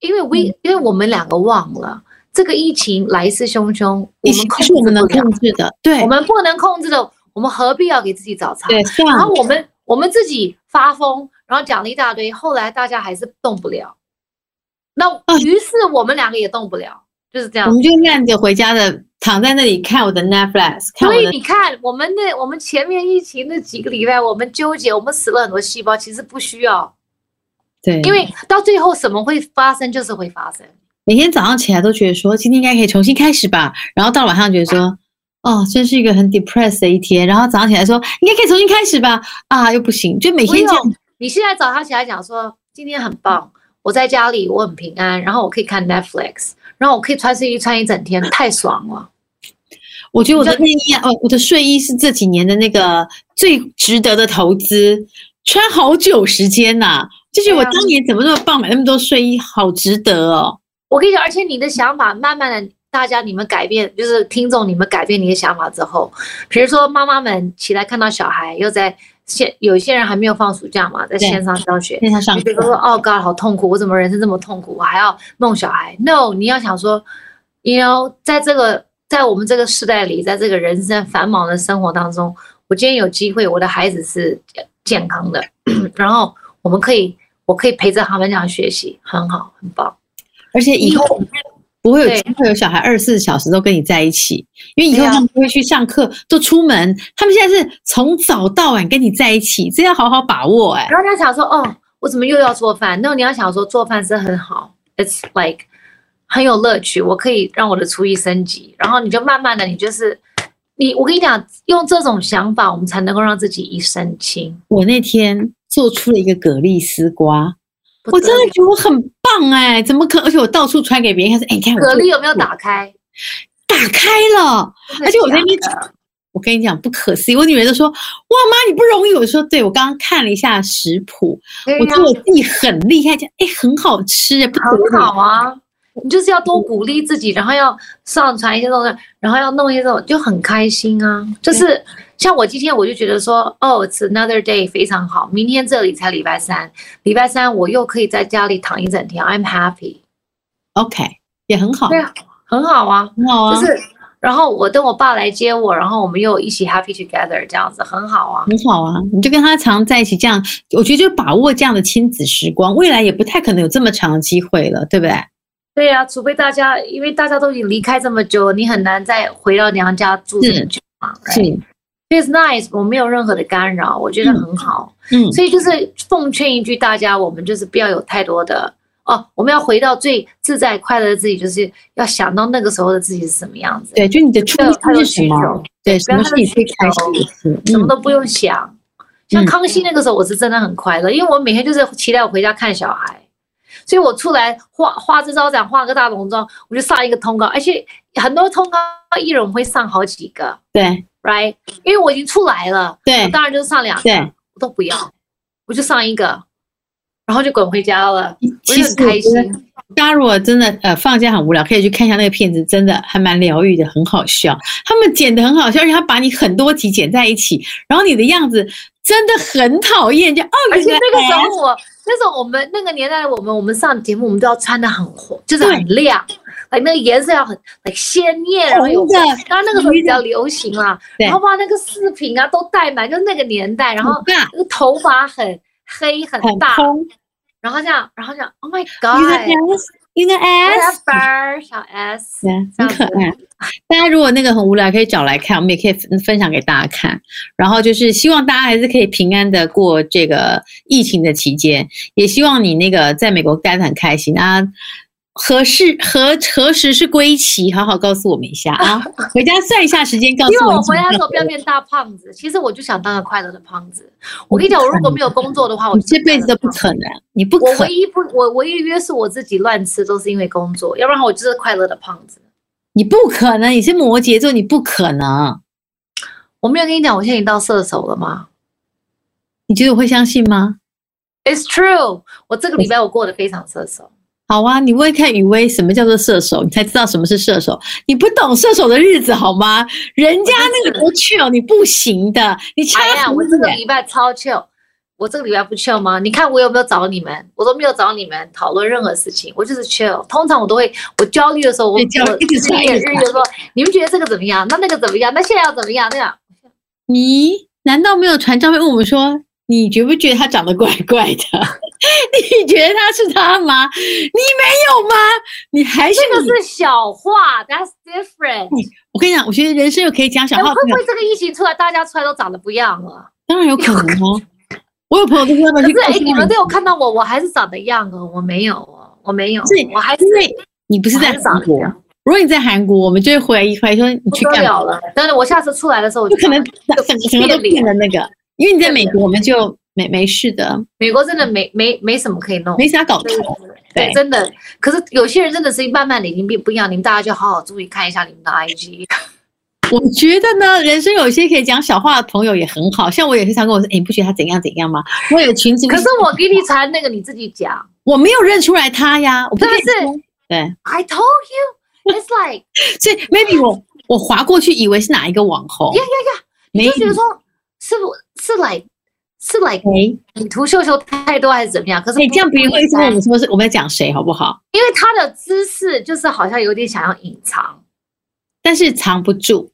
Speaker 2: 因为微，因为我们两个忘了这个疫情来势汹汹，我
Speaker 1: 也
Speaker 2: 们控
Speaker 1: 是我
Speaker 2: 制
Speaker 1: 们能
Speaker 2: 不了
Speaker 1: 控，制哎的，对
Speaker 2: 我们不能控制的，我们何必要给自己找茬？
Speaker 1: 对，算
Speaker 2: 然后
Speaker 1: 了，
Speaker 2: 我们我们自己发疯，然后讲了一大堆，后来大家还是动不了，那
Speaker 1: 啊
Speaker 2: 于是我们两个也动不了，就是这样
Speaker 1: 我。们就烂着回家的，躺在那里看我的 Netflix，看
Speaker 2: 所
Speaker 1: 我
Speaker 2: 以
Speaker 1: 的
Speaker 2: 你看，我们那我们前面疫情那几个礼拜，我们纠结，我们死了很多细胞，其实不需要，
Speaker 1: 对，
Speaker 2: 因为到最后什么会发生就是会发生。
Speaker 1: 每天早上起来都觉得说今天应该可以重新开始吧，然后到晚上觉得说。哦，真是一个很 depressed 的一天。然后早上起来说，应该可以重新开始吧？啊，又不行，就每
Speaker 2: 不
Speaker 1: 天这样
Speaker 2: 用，你现在早上起来讲说今天很棒，我在家里我很平安，然后我可以看 Netflix，然后我可以穿睡衣穿一整天，太爽了。
Speaker 1: 我觉得我的
Speaker 2: 比
Speaker 1: 内衣啊，哦，我的睡衣是这几年的那个最值得的投资，穿好久时间呐、就是我
Speaker 2: 对啊
Speaker 1: 当年怎么那么棒，买那么多睡衣，好值得哦。
Speaker 2: 我跟你讲，而且你的想法慢慢的，大家你们改变，就是听众你们改变你的想法之后，比如说妈妈们起来看到小孩又在线，有一些人还没有放暑假嘛，在
Speaker 1: 对
Speaker 2: 线上教学，
Speaker 1: 线上上
Speaker 2: 你比如说
Speaker 1: 课，
Speaker 2: 哦，God，好痛苦，我怎么人生这么痛苦，我还要弄小孩？No，你要想说，you know，在这个在我们这个时代里，在这个人生繁忙的生活当中，我今天有机会，我的孩子是健康的，然后我们可以，我可以陪着他们这样学习，很好，很棒。
Speaker 1: 而且以后不会有
Speaker 2: 嗯对
Speaker 1: 不会有小孩二十四小时都跟你在一起，因为以后
Speaker 2: 对啊
Speaker 1: 他们不会去上课，都出门，他们现在是从早到晚跟你在一起，这要好好把握哎、
Speaker 2: 然后他想说，哦，我怎么又要做饭？No，你要想说做饭是很好，it's like 很有乐趣，我可以让我的厨艺升级。然后你就慢慢的，你就是你，我跟你讲，用这种想法，我们才能够让自己一身轻。
Speaker 1: 我那天做出了一个蛤蜊丝瓜，
Speaker 2: 不
Speaker 1: 我
Speaker 2: 得
Speaker 1: 真的
Speaker 2: 了
Speaker 1: 觉得我很棒哎、怎么可？而且我到处传给别人看，说哎，你看我
Speaker 2: 蛤
Speaker 1: 做
Speaker 2: 蜊有没有打开？
Speaker 1: 打开了。而且我在那边
Speaker 2: 真的啊假的
Speaker 1: 我跟你讲，不可思议！我女儿都说：“哇，妈，你不容易。”我说：“对，我刚刚看了一下食谱，
Speaker 2: 对
Speaker 1: 我觉得
Speaker 2: 呀
Speaker 1: 我自己很厉害，这样哎，很好吃，不得
Speaker 2: 很
Speaker 1: 了。
Speaker 2: 好啊。你就是要多鼓励自己，然后要上传一些东西，然后要弄一些这种，就很开心啊。就是像我今天我就觉得说，哦，it's another day，非常好。明天这里才礼拜三，礼拜三我又可以在家里躺一整天，I'm happy。
Speaker 1: OK，也很好，
Speaker 2: 对啊，很好啊，
Speaker 1: 很好啊，
Speaker 2: 就是。然后我等我爸来接我，然后我们又一起 happy together，这样子很好啊。
Speaker 1: 很好啊，你就跟他常在一起，这样我觉得就把握这样的亲子时光，未来也不太可能有这么长的机会了，对不对？
Speaker 2: 对呀、除非大家，因为大家都已经离开这么久了，你很难再回到娘家住这么久嘛。
Speaker 1: 是
Speaker 2: right？It's nice，我没有任何的干扰，我觉得很好。
Speaker 1: 嗯，
Speaker 2: 所以就是奉劝一句大家，我们就是不要有太多的哦，我们要回到最自在快乐的自己，就是要想到那个时候的自己是什么样子，
Speaker 1: 对，就你的初
Speaker 2: 不要
Speaker 1: 心是什
Speaker 2: 有太
Speaker 1: 么
Speaker 2: 多需求？
Speaker 1: 对，什么是你最开
Speaker 2: 不要有需
Speaker 1: 心的事？
Speaker 2: 什
Speaker 1: 嗯
Speaker 2: 么，都不用想。像康熙那个时候，我是真的很快乐，因为我每天就是期待我回家看小孩，所以我出来化化这招展，化个大浓妆，我就上一个通告，而且很多通告艺人我会上好几个
Speaker 1: 对
Speaker 2: ，right？因为我已经出来了，我
Speaker 1: 对
Speaker 2: 当然就是上两个，
Speaker 1: 对，
Speaker 2: 我都不要，我就上一个，然后就滚回家了，我
Speaker 1: 其实
Speaker 2: 就很开
Speaker 1: 我觉
Speaker 2: 心
Speaker 1: 得。大家如果真的呃放假很无聊，可以去看一下那个片子，真的还蛮疗愈的，很好笑。他们剪的很好笑，而且他把你很多集剪在一起，然后你的样子真的很讨厌，就哦，
Speaker 2: 而且
Speaker 1: 原来
Speaker 2: 那个时候我，那时候我们那个年代的我们，我们上节目我们都要穿的很红，就是很亮，哎，那个颜色要很很鲜艳，然后有
Speaker 1: 红的
Speaker 2: 当然那个时候比较流行啦，
Speaker 1: 对
Speaker 2: 然后哇，那个饰品啊都戴满，就那个年代，然后
Speaker 1: 很大
Speaker 2: 那个头发很黑很
Speaker 1: 很
Speaker 2: 大，
Speaker 1: 空
Speaker 2: 然后这样，然后这样，Oh my
Speaker 1: ，you
Speaker 2: God，
Speaker 1: know s you know s
Speaker 2: 小
Speaker 1: 对
Speaker 2: S，小 S，
Speaker 1: 啊，很
Speaker 2: 这样
Speaker 1: 可
Speaker 2: 子
Speaker 1: 爱。大家如果那个很无聊，可以找来看，我们也可以分分享给大家看。然后就是希望大家还是可以平安的过这个疫情的期间，也希望你那个在美国待得很开心啊。何时何何时是归期？好好告诉我们一下啊！回家算一下时间，告诉
Speaker 2: 因为
Speaker 1: 我
Speaker 2: 我
Speaker 1: 们
Speaker 2: 回来的时候不要
Speaker 1: 几
Speaker 2: 变大胖子，其实我就想当个快乐的胖子。我跟你讲，我如果没有工作的话，我
Speaker 1: 你
Speaker 2: 就是
Speaker 1: 这辈子都
Speaker 2: 快
Speaker 1: 不
Speaker 2: 乐的胖子
Speaker 1: 可能，你不
Speaker 2: 我
Speaker 1: 可
Speaker 2: 唯一不，我唯一约束我自己乱吃，都是因为工作，要不然我就是快乐的胖子。
Speaker 1: 你不可能，你是摩羯座，你不可能。
Speaker 2: 我没有跟你讲，我现在已经到射手了吗
Speaker 1: 你觉得我会相信吗？
Speaker 2: ？It's true，我这个礼拜我过得非常射手。
Speaker 1: 好啊，你问看雨薇什么叫做射手，你才知道什么是射手。你不懂射手的日子好吗？人家那个多 chill，你不行的，你差
Speaker 2: 哎呀，
Speaker 1: 很
Speaker 2: 我这个
Speaker 1: 远。
Speaker 2: 礼拜超 chill，我这个礼拜不 chill 吗？你看我有没有找你们？我都没有找你们讨论任何事情，我就是 chill。通常我都会，我焦虑的时候，我我
Speaker 1: 对焦虑一直
Speaker 2: 日
Speaker 1: 查一
Speaker 2: 夜
Speaker 1: 直
Speaker 2: 日夜说，你们觉得这个怎么样？那那个怎么样？那现在要怎么样？那样
Speaker 1: 你难道没有传照片问我们说，你觉不觉得他长得怪怪的？ 你觉得他是他吗？你没有吗？你还是
Speaker 2: 这个
Speaker 1: 你？
Speaker 2: 是小话，That's different。
Speaker 1: 我跟你讲，我觉得人生有可以讲小
Speaker 2: 哎，
Speaker 1: 话
Speaker 2: 会
Speaker 1: 的朋
Speaker 2: 不
Speaker 1: 友，
Speaker 2: 会这个疫情出来，大家出来都长得不一样了？
Speaker 1: 当然有可能哦。我有朋友都说他们
Speaker 2: 可
Speaker 1: 去
Speaker 2: 是哎、
Speaker 1: 告诉
Speaker 2: 你
Speaker 1: 他
Speaker 2: 们
Speaker 1: 们
Speaker 2: 都有看到我，我还是长得一样哦，我没有哦，我没有
Speaker 1: 是，
Speaker 2: 我还是
Speaker 1: 因为你不是
Speaker 2: 我
Speaker 1: 在
Speaker 2: 还是长
Speaker 1: 韩
Speaker 2: 得一
Speaker 1: 国。
Speaker 2: 样，
Speaker 1: 如果你在韩国，我们就会怀疑怀疑说你
Speaker 2: 啊不
Speaker 1: 去
Speaker 2: 得
Speaker 1: 干嘛？
Speaker 2: 了了。但是我下次出来的时候，我
Speaker 1: 不
Speaker 2: 就
Speaker 1: 可能
Speaker 2: 看到
Speaker 1: 整个整个都变了那个，因为你在美国，我们就没没事的，
Speaker 2: 美国真的没没没什么可以弄，
Speaker 1: 没啥搞
Speaker 2: 真的
Speaker 1: 头。对
Speaker 2: 对，真的。可是有些人真的是慢慢的已经变不一样，你们大家就好好注意看一下你们的 IG。
Speaker 1: 我觉得呢，人生有些可以讲小话的朋友也很好，像我也是常跟我说，哎，你不觉得他怎样怎样吗？我有群组，
Speaker 2: 可是我给你传那个，你自己讲。
Speaker 1: 我没有认出来他呀，我不
Speaker 2: 但
Speaker 1: 认
Speaker 2: 是
Speaker 1: 出。对，
Speaker 2: I told you, it's like
Speaker 1: 所以 maybe 我我划过去以为是哪一个网红
Speaker 2: yeah yeah yeah，
Speaker 1: 没
Speaker 2: 就觉得说是不是 like 是 like
Speaker 1: 哎，
Speaker 2: 你图秀秀太多还是怎么样？可是
Speaker 1: 所哎以这样别人会一直
Speaker 2: 说
Speaker 1: 问我们说是我们在讲谁，好不好？
Speaker 2: 因为他的姿势就是好像有点想要隐藏，
Speaker 1: 但是藏不住，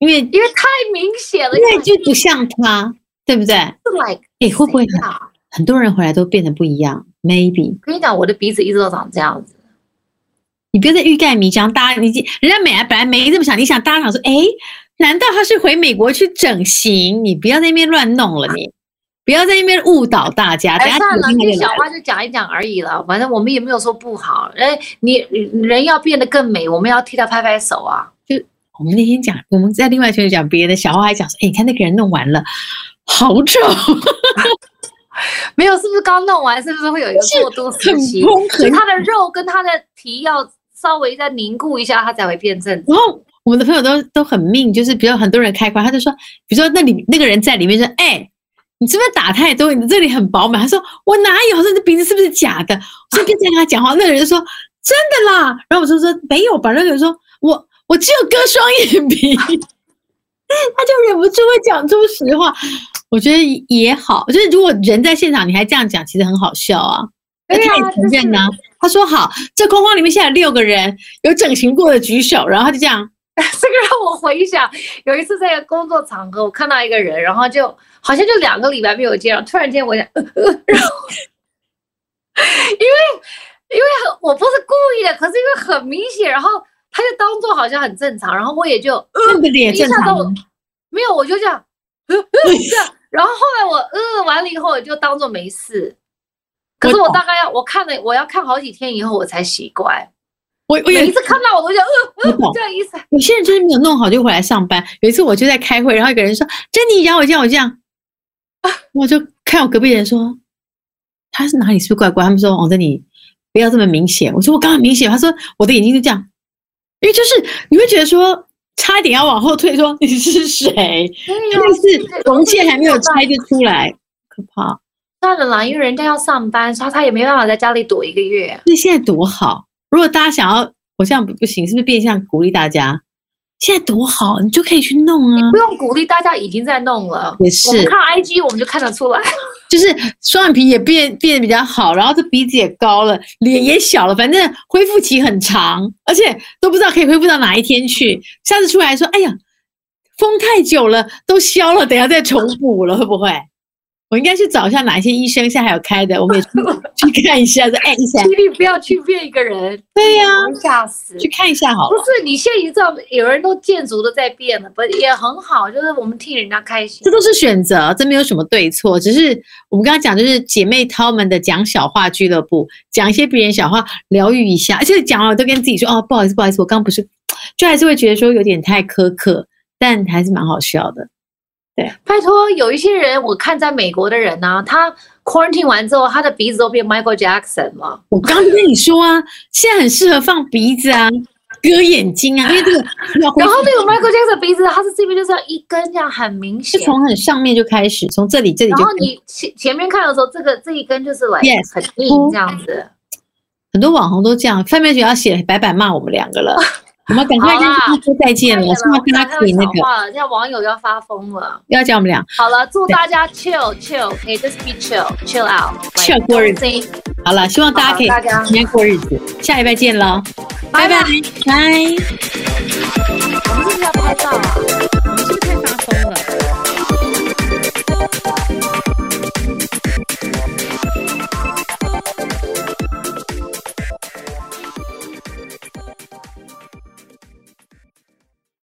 Speaker 1: 因为因
Speaker 2: 因为太明显了，
Speaker 1: 为就不像他，对不对？哎，
Speaker 2: 就是 like
Speaker 1: 会不会很
Speaker 2: 谁呀
Speaker 1: 很多人回来都变得不一样？Maybe。
Speaker 2: 跟你讲，我的鼻子一直都长这样子，
Speaker 1: 你不要再欲盖弥彰，大家你人家美来本来没这么想，你想大家想说，哎，难道他是回美国去整形？你不要在那边乱弄了你，不要在那边误导大家。啊等
Speaker 2: 哎，
Speaker 1: 下
Speaker 2: 算了，
Speaker 1: 你
Speaker 2: 这
Speaker 1: 那
Speaker 2: 小
Speaker 1: 个
Speaker 2: 话就讲一讲而已了，反正我们也没有说不好，哎，你人要变得更美，我们要替他拍拍手啊，
Speaker 1: 我们那天讲，我们在另外一群讲别的小花还讲说，哎，你看那个人弄完了，好丑，
Speaker 2: 没有，是不是刚弄完，是不是会有一个过渡时
Speaker 1: 很
Speaker 2: 期？
Speaker 1: 崩
Speaker 2: 所以
Speaker 1: 很。
Speaker 2: 他的肉跟他的皮要稍微再凝固一下，它才会变正。
Speaker 1: 然后我们的朋友都都很命，就是比如很多人开关，他就说，比如说那里那个人在里面说，哎。你是不是打太多？你这里很饱满。他说我哪有？他说你的鼻子是不是假的？我说跟这样跟他讲话，那个人就说真的啦。然后我就说没有吧，那个人说我我只有割双眼皮，他就忍不住会讲出实话。我觉得也好，就是如果人在现场你还这样讲，其实很好笑啊。那
Speaker 2: 对
Speaker 1: 他
Speaker 2: 啊
Speaker 1: 也承认呢、
Speaker 2: 就是
Speaker 1: 他说好，这框框里面现在有六个人有整形过的举手，然后他就这样，
Speaker 2: 这个让我回想，有一次在一个工作场合，我看到一个人，然后就好像就两个礼拜没有见了，突然间我想，呃呃然后因为因为我不是故意的，可是因为很明显，然后他就当做好像很正常，然后我也就呃
Speaker 1: 那个脸
Speaker 2: 一
Speaker 1: 正
Speaker 2: 下子
Speaker 1: 常啊
Speaker 2: 我
Speaker 1: 吗。
Speaker 2: 没有，我就这样，呃呃这样，然后后来我呃完了以后，我就当做没事。可是
Speaker 1: 我
Speaker 2: 我
Speaker 1: 懂
Speaker 2: 大概要我看了，我要看好几天以后我才习惯。
Speaker 1: 我我有
Speaker 2: 每一次看到我都想，呃
Speaker 1: 我懂
Speaker 2: 呃，这样意思。
Speaker 1: 有些人就是没有弄好就回来上班。有一次我就在开会，然后一个人说：“珍妮，你让我这样，我这样。”我就看我隔壁人说：“他是哪里是不是怪怪？”他们说：“王珍妮，不要这么明显。”我说：“我刚刚明显。”他说：“我的眼睛就这样。”因为就是你会觉得说，差一点要往后退，说你是谁？
Speaker 2: 对啊呀
Speaker 1: 但
Speaker 2: 这
Speaker 1: 是
Speaker 2: 个
Speaker 1: 红线还没有拆就出来，可怕。
Speaker 2: 算了啦，因为人家要上班，所以他也没办法在家里躲一个月。
Speaker 1: 那现在多好！如果大家想要，我这样不不行，是不是变相鼓励大家？现在多好，你就可以去弄啊
Speaker 2: 不。用鼓励，大家已经在弄了。
Speaker 1: 也是
Speaker 2: 我们看 IG 我们就看得出来。
Speaker 1: 就是双眼皮也变变得比较好，然后这鼻子也高了，脸也小了，反正恢复期很长，而且都不知道可以恢复到哪一天去。下次出来说，哎呀，封太久了，都消了，等一下再重补了，会不会？我应该去找一下哪一些医生现在还有开的，我们也去去看一下。说，哎，医生，
Speaker 2: 霹 雳不要去骗一个人，
Speaker 1: 对啊呀、
Speaker 2: 我会吓死。
Speaker 1: 去看一下好
Speaker 2: 不
Speaker 1: 了。
Speaker 2: 是你现在知道，有人都建筑都在变了，不也很好？就是我们替人家开心
Speaker 1: 这。都是选择，这没有什么对错，只是我们刚刚讲，就是姐妹淘们的讲小话俱乐部，讲一些别人小话，疗愈一下，而且讲了都跟自己说，哦，不好意思，不好意思，我刚不是，就还是会觉得说有点太苛刻，但还是蛮好笑的。
Speaker 2: 拜托，有一些人，我看在美国的人呢、他 quarantine 完之后，他的鼻子都变 Michael Jackson 了。
Speaker 1: 我刚跟你说啊，现在很适合放鼻子啊，割眼睛啊，因 为这个要恢
Speaker 2: 然
Speaker 1: 复
Speaker 2: 后那个 Michael Jackson 鼻子，他是这边就是要一根这样很明
Speaker 1: 是
Speaker 2: 显。
Speaker 1: 从很上面就开始，从这里这里
Speaker 2: 然
Speaker 1: 就
Speaker 2: 后你前前面看的时候，这个这一根就是来
Speaker 1: Yes，
Speaker 2: 很硬
Speaker 1: 凸
Speaker 2: 这样子。
Speaker 1: 很多网红都这样，范美雪要写白板骂我们两个 了，我们赶快
Speaker 2: 好
Speaker 1: 跟
Speaker 2: 啦
Speaker 1: 大家说再见了，
Speaker 2: 太远
Speaker 1: 希望
Speaker 2: 我
Speaker 1: 大家
Speaker 2: 想看
Speaker 1: 可以那
Speaker 2: 小
Speaker 1: 个
Speaker 2: 话了，现在网友要发疯了。
Speaker 1: 要叫我们俩。
Speaker 2: 好了，祝大家 chill chill，OK，just、be chill chill out，like
Speaker 1: Chill 过日
Speaker 2: don't think
Speaker 1: 好了，希望大家可以
Speaker 2: 好大家
Speaker 1: 平安过日子，下礼拜见喽，拜拜，拜。
Speaker 2: 我们是不是要拍照啊？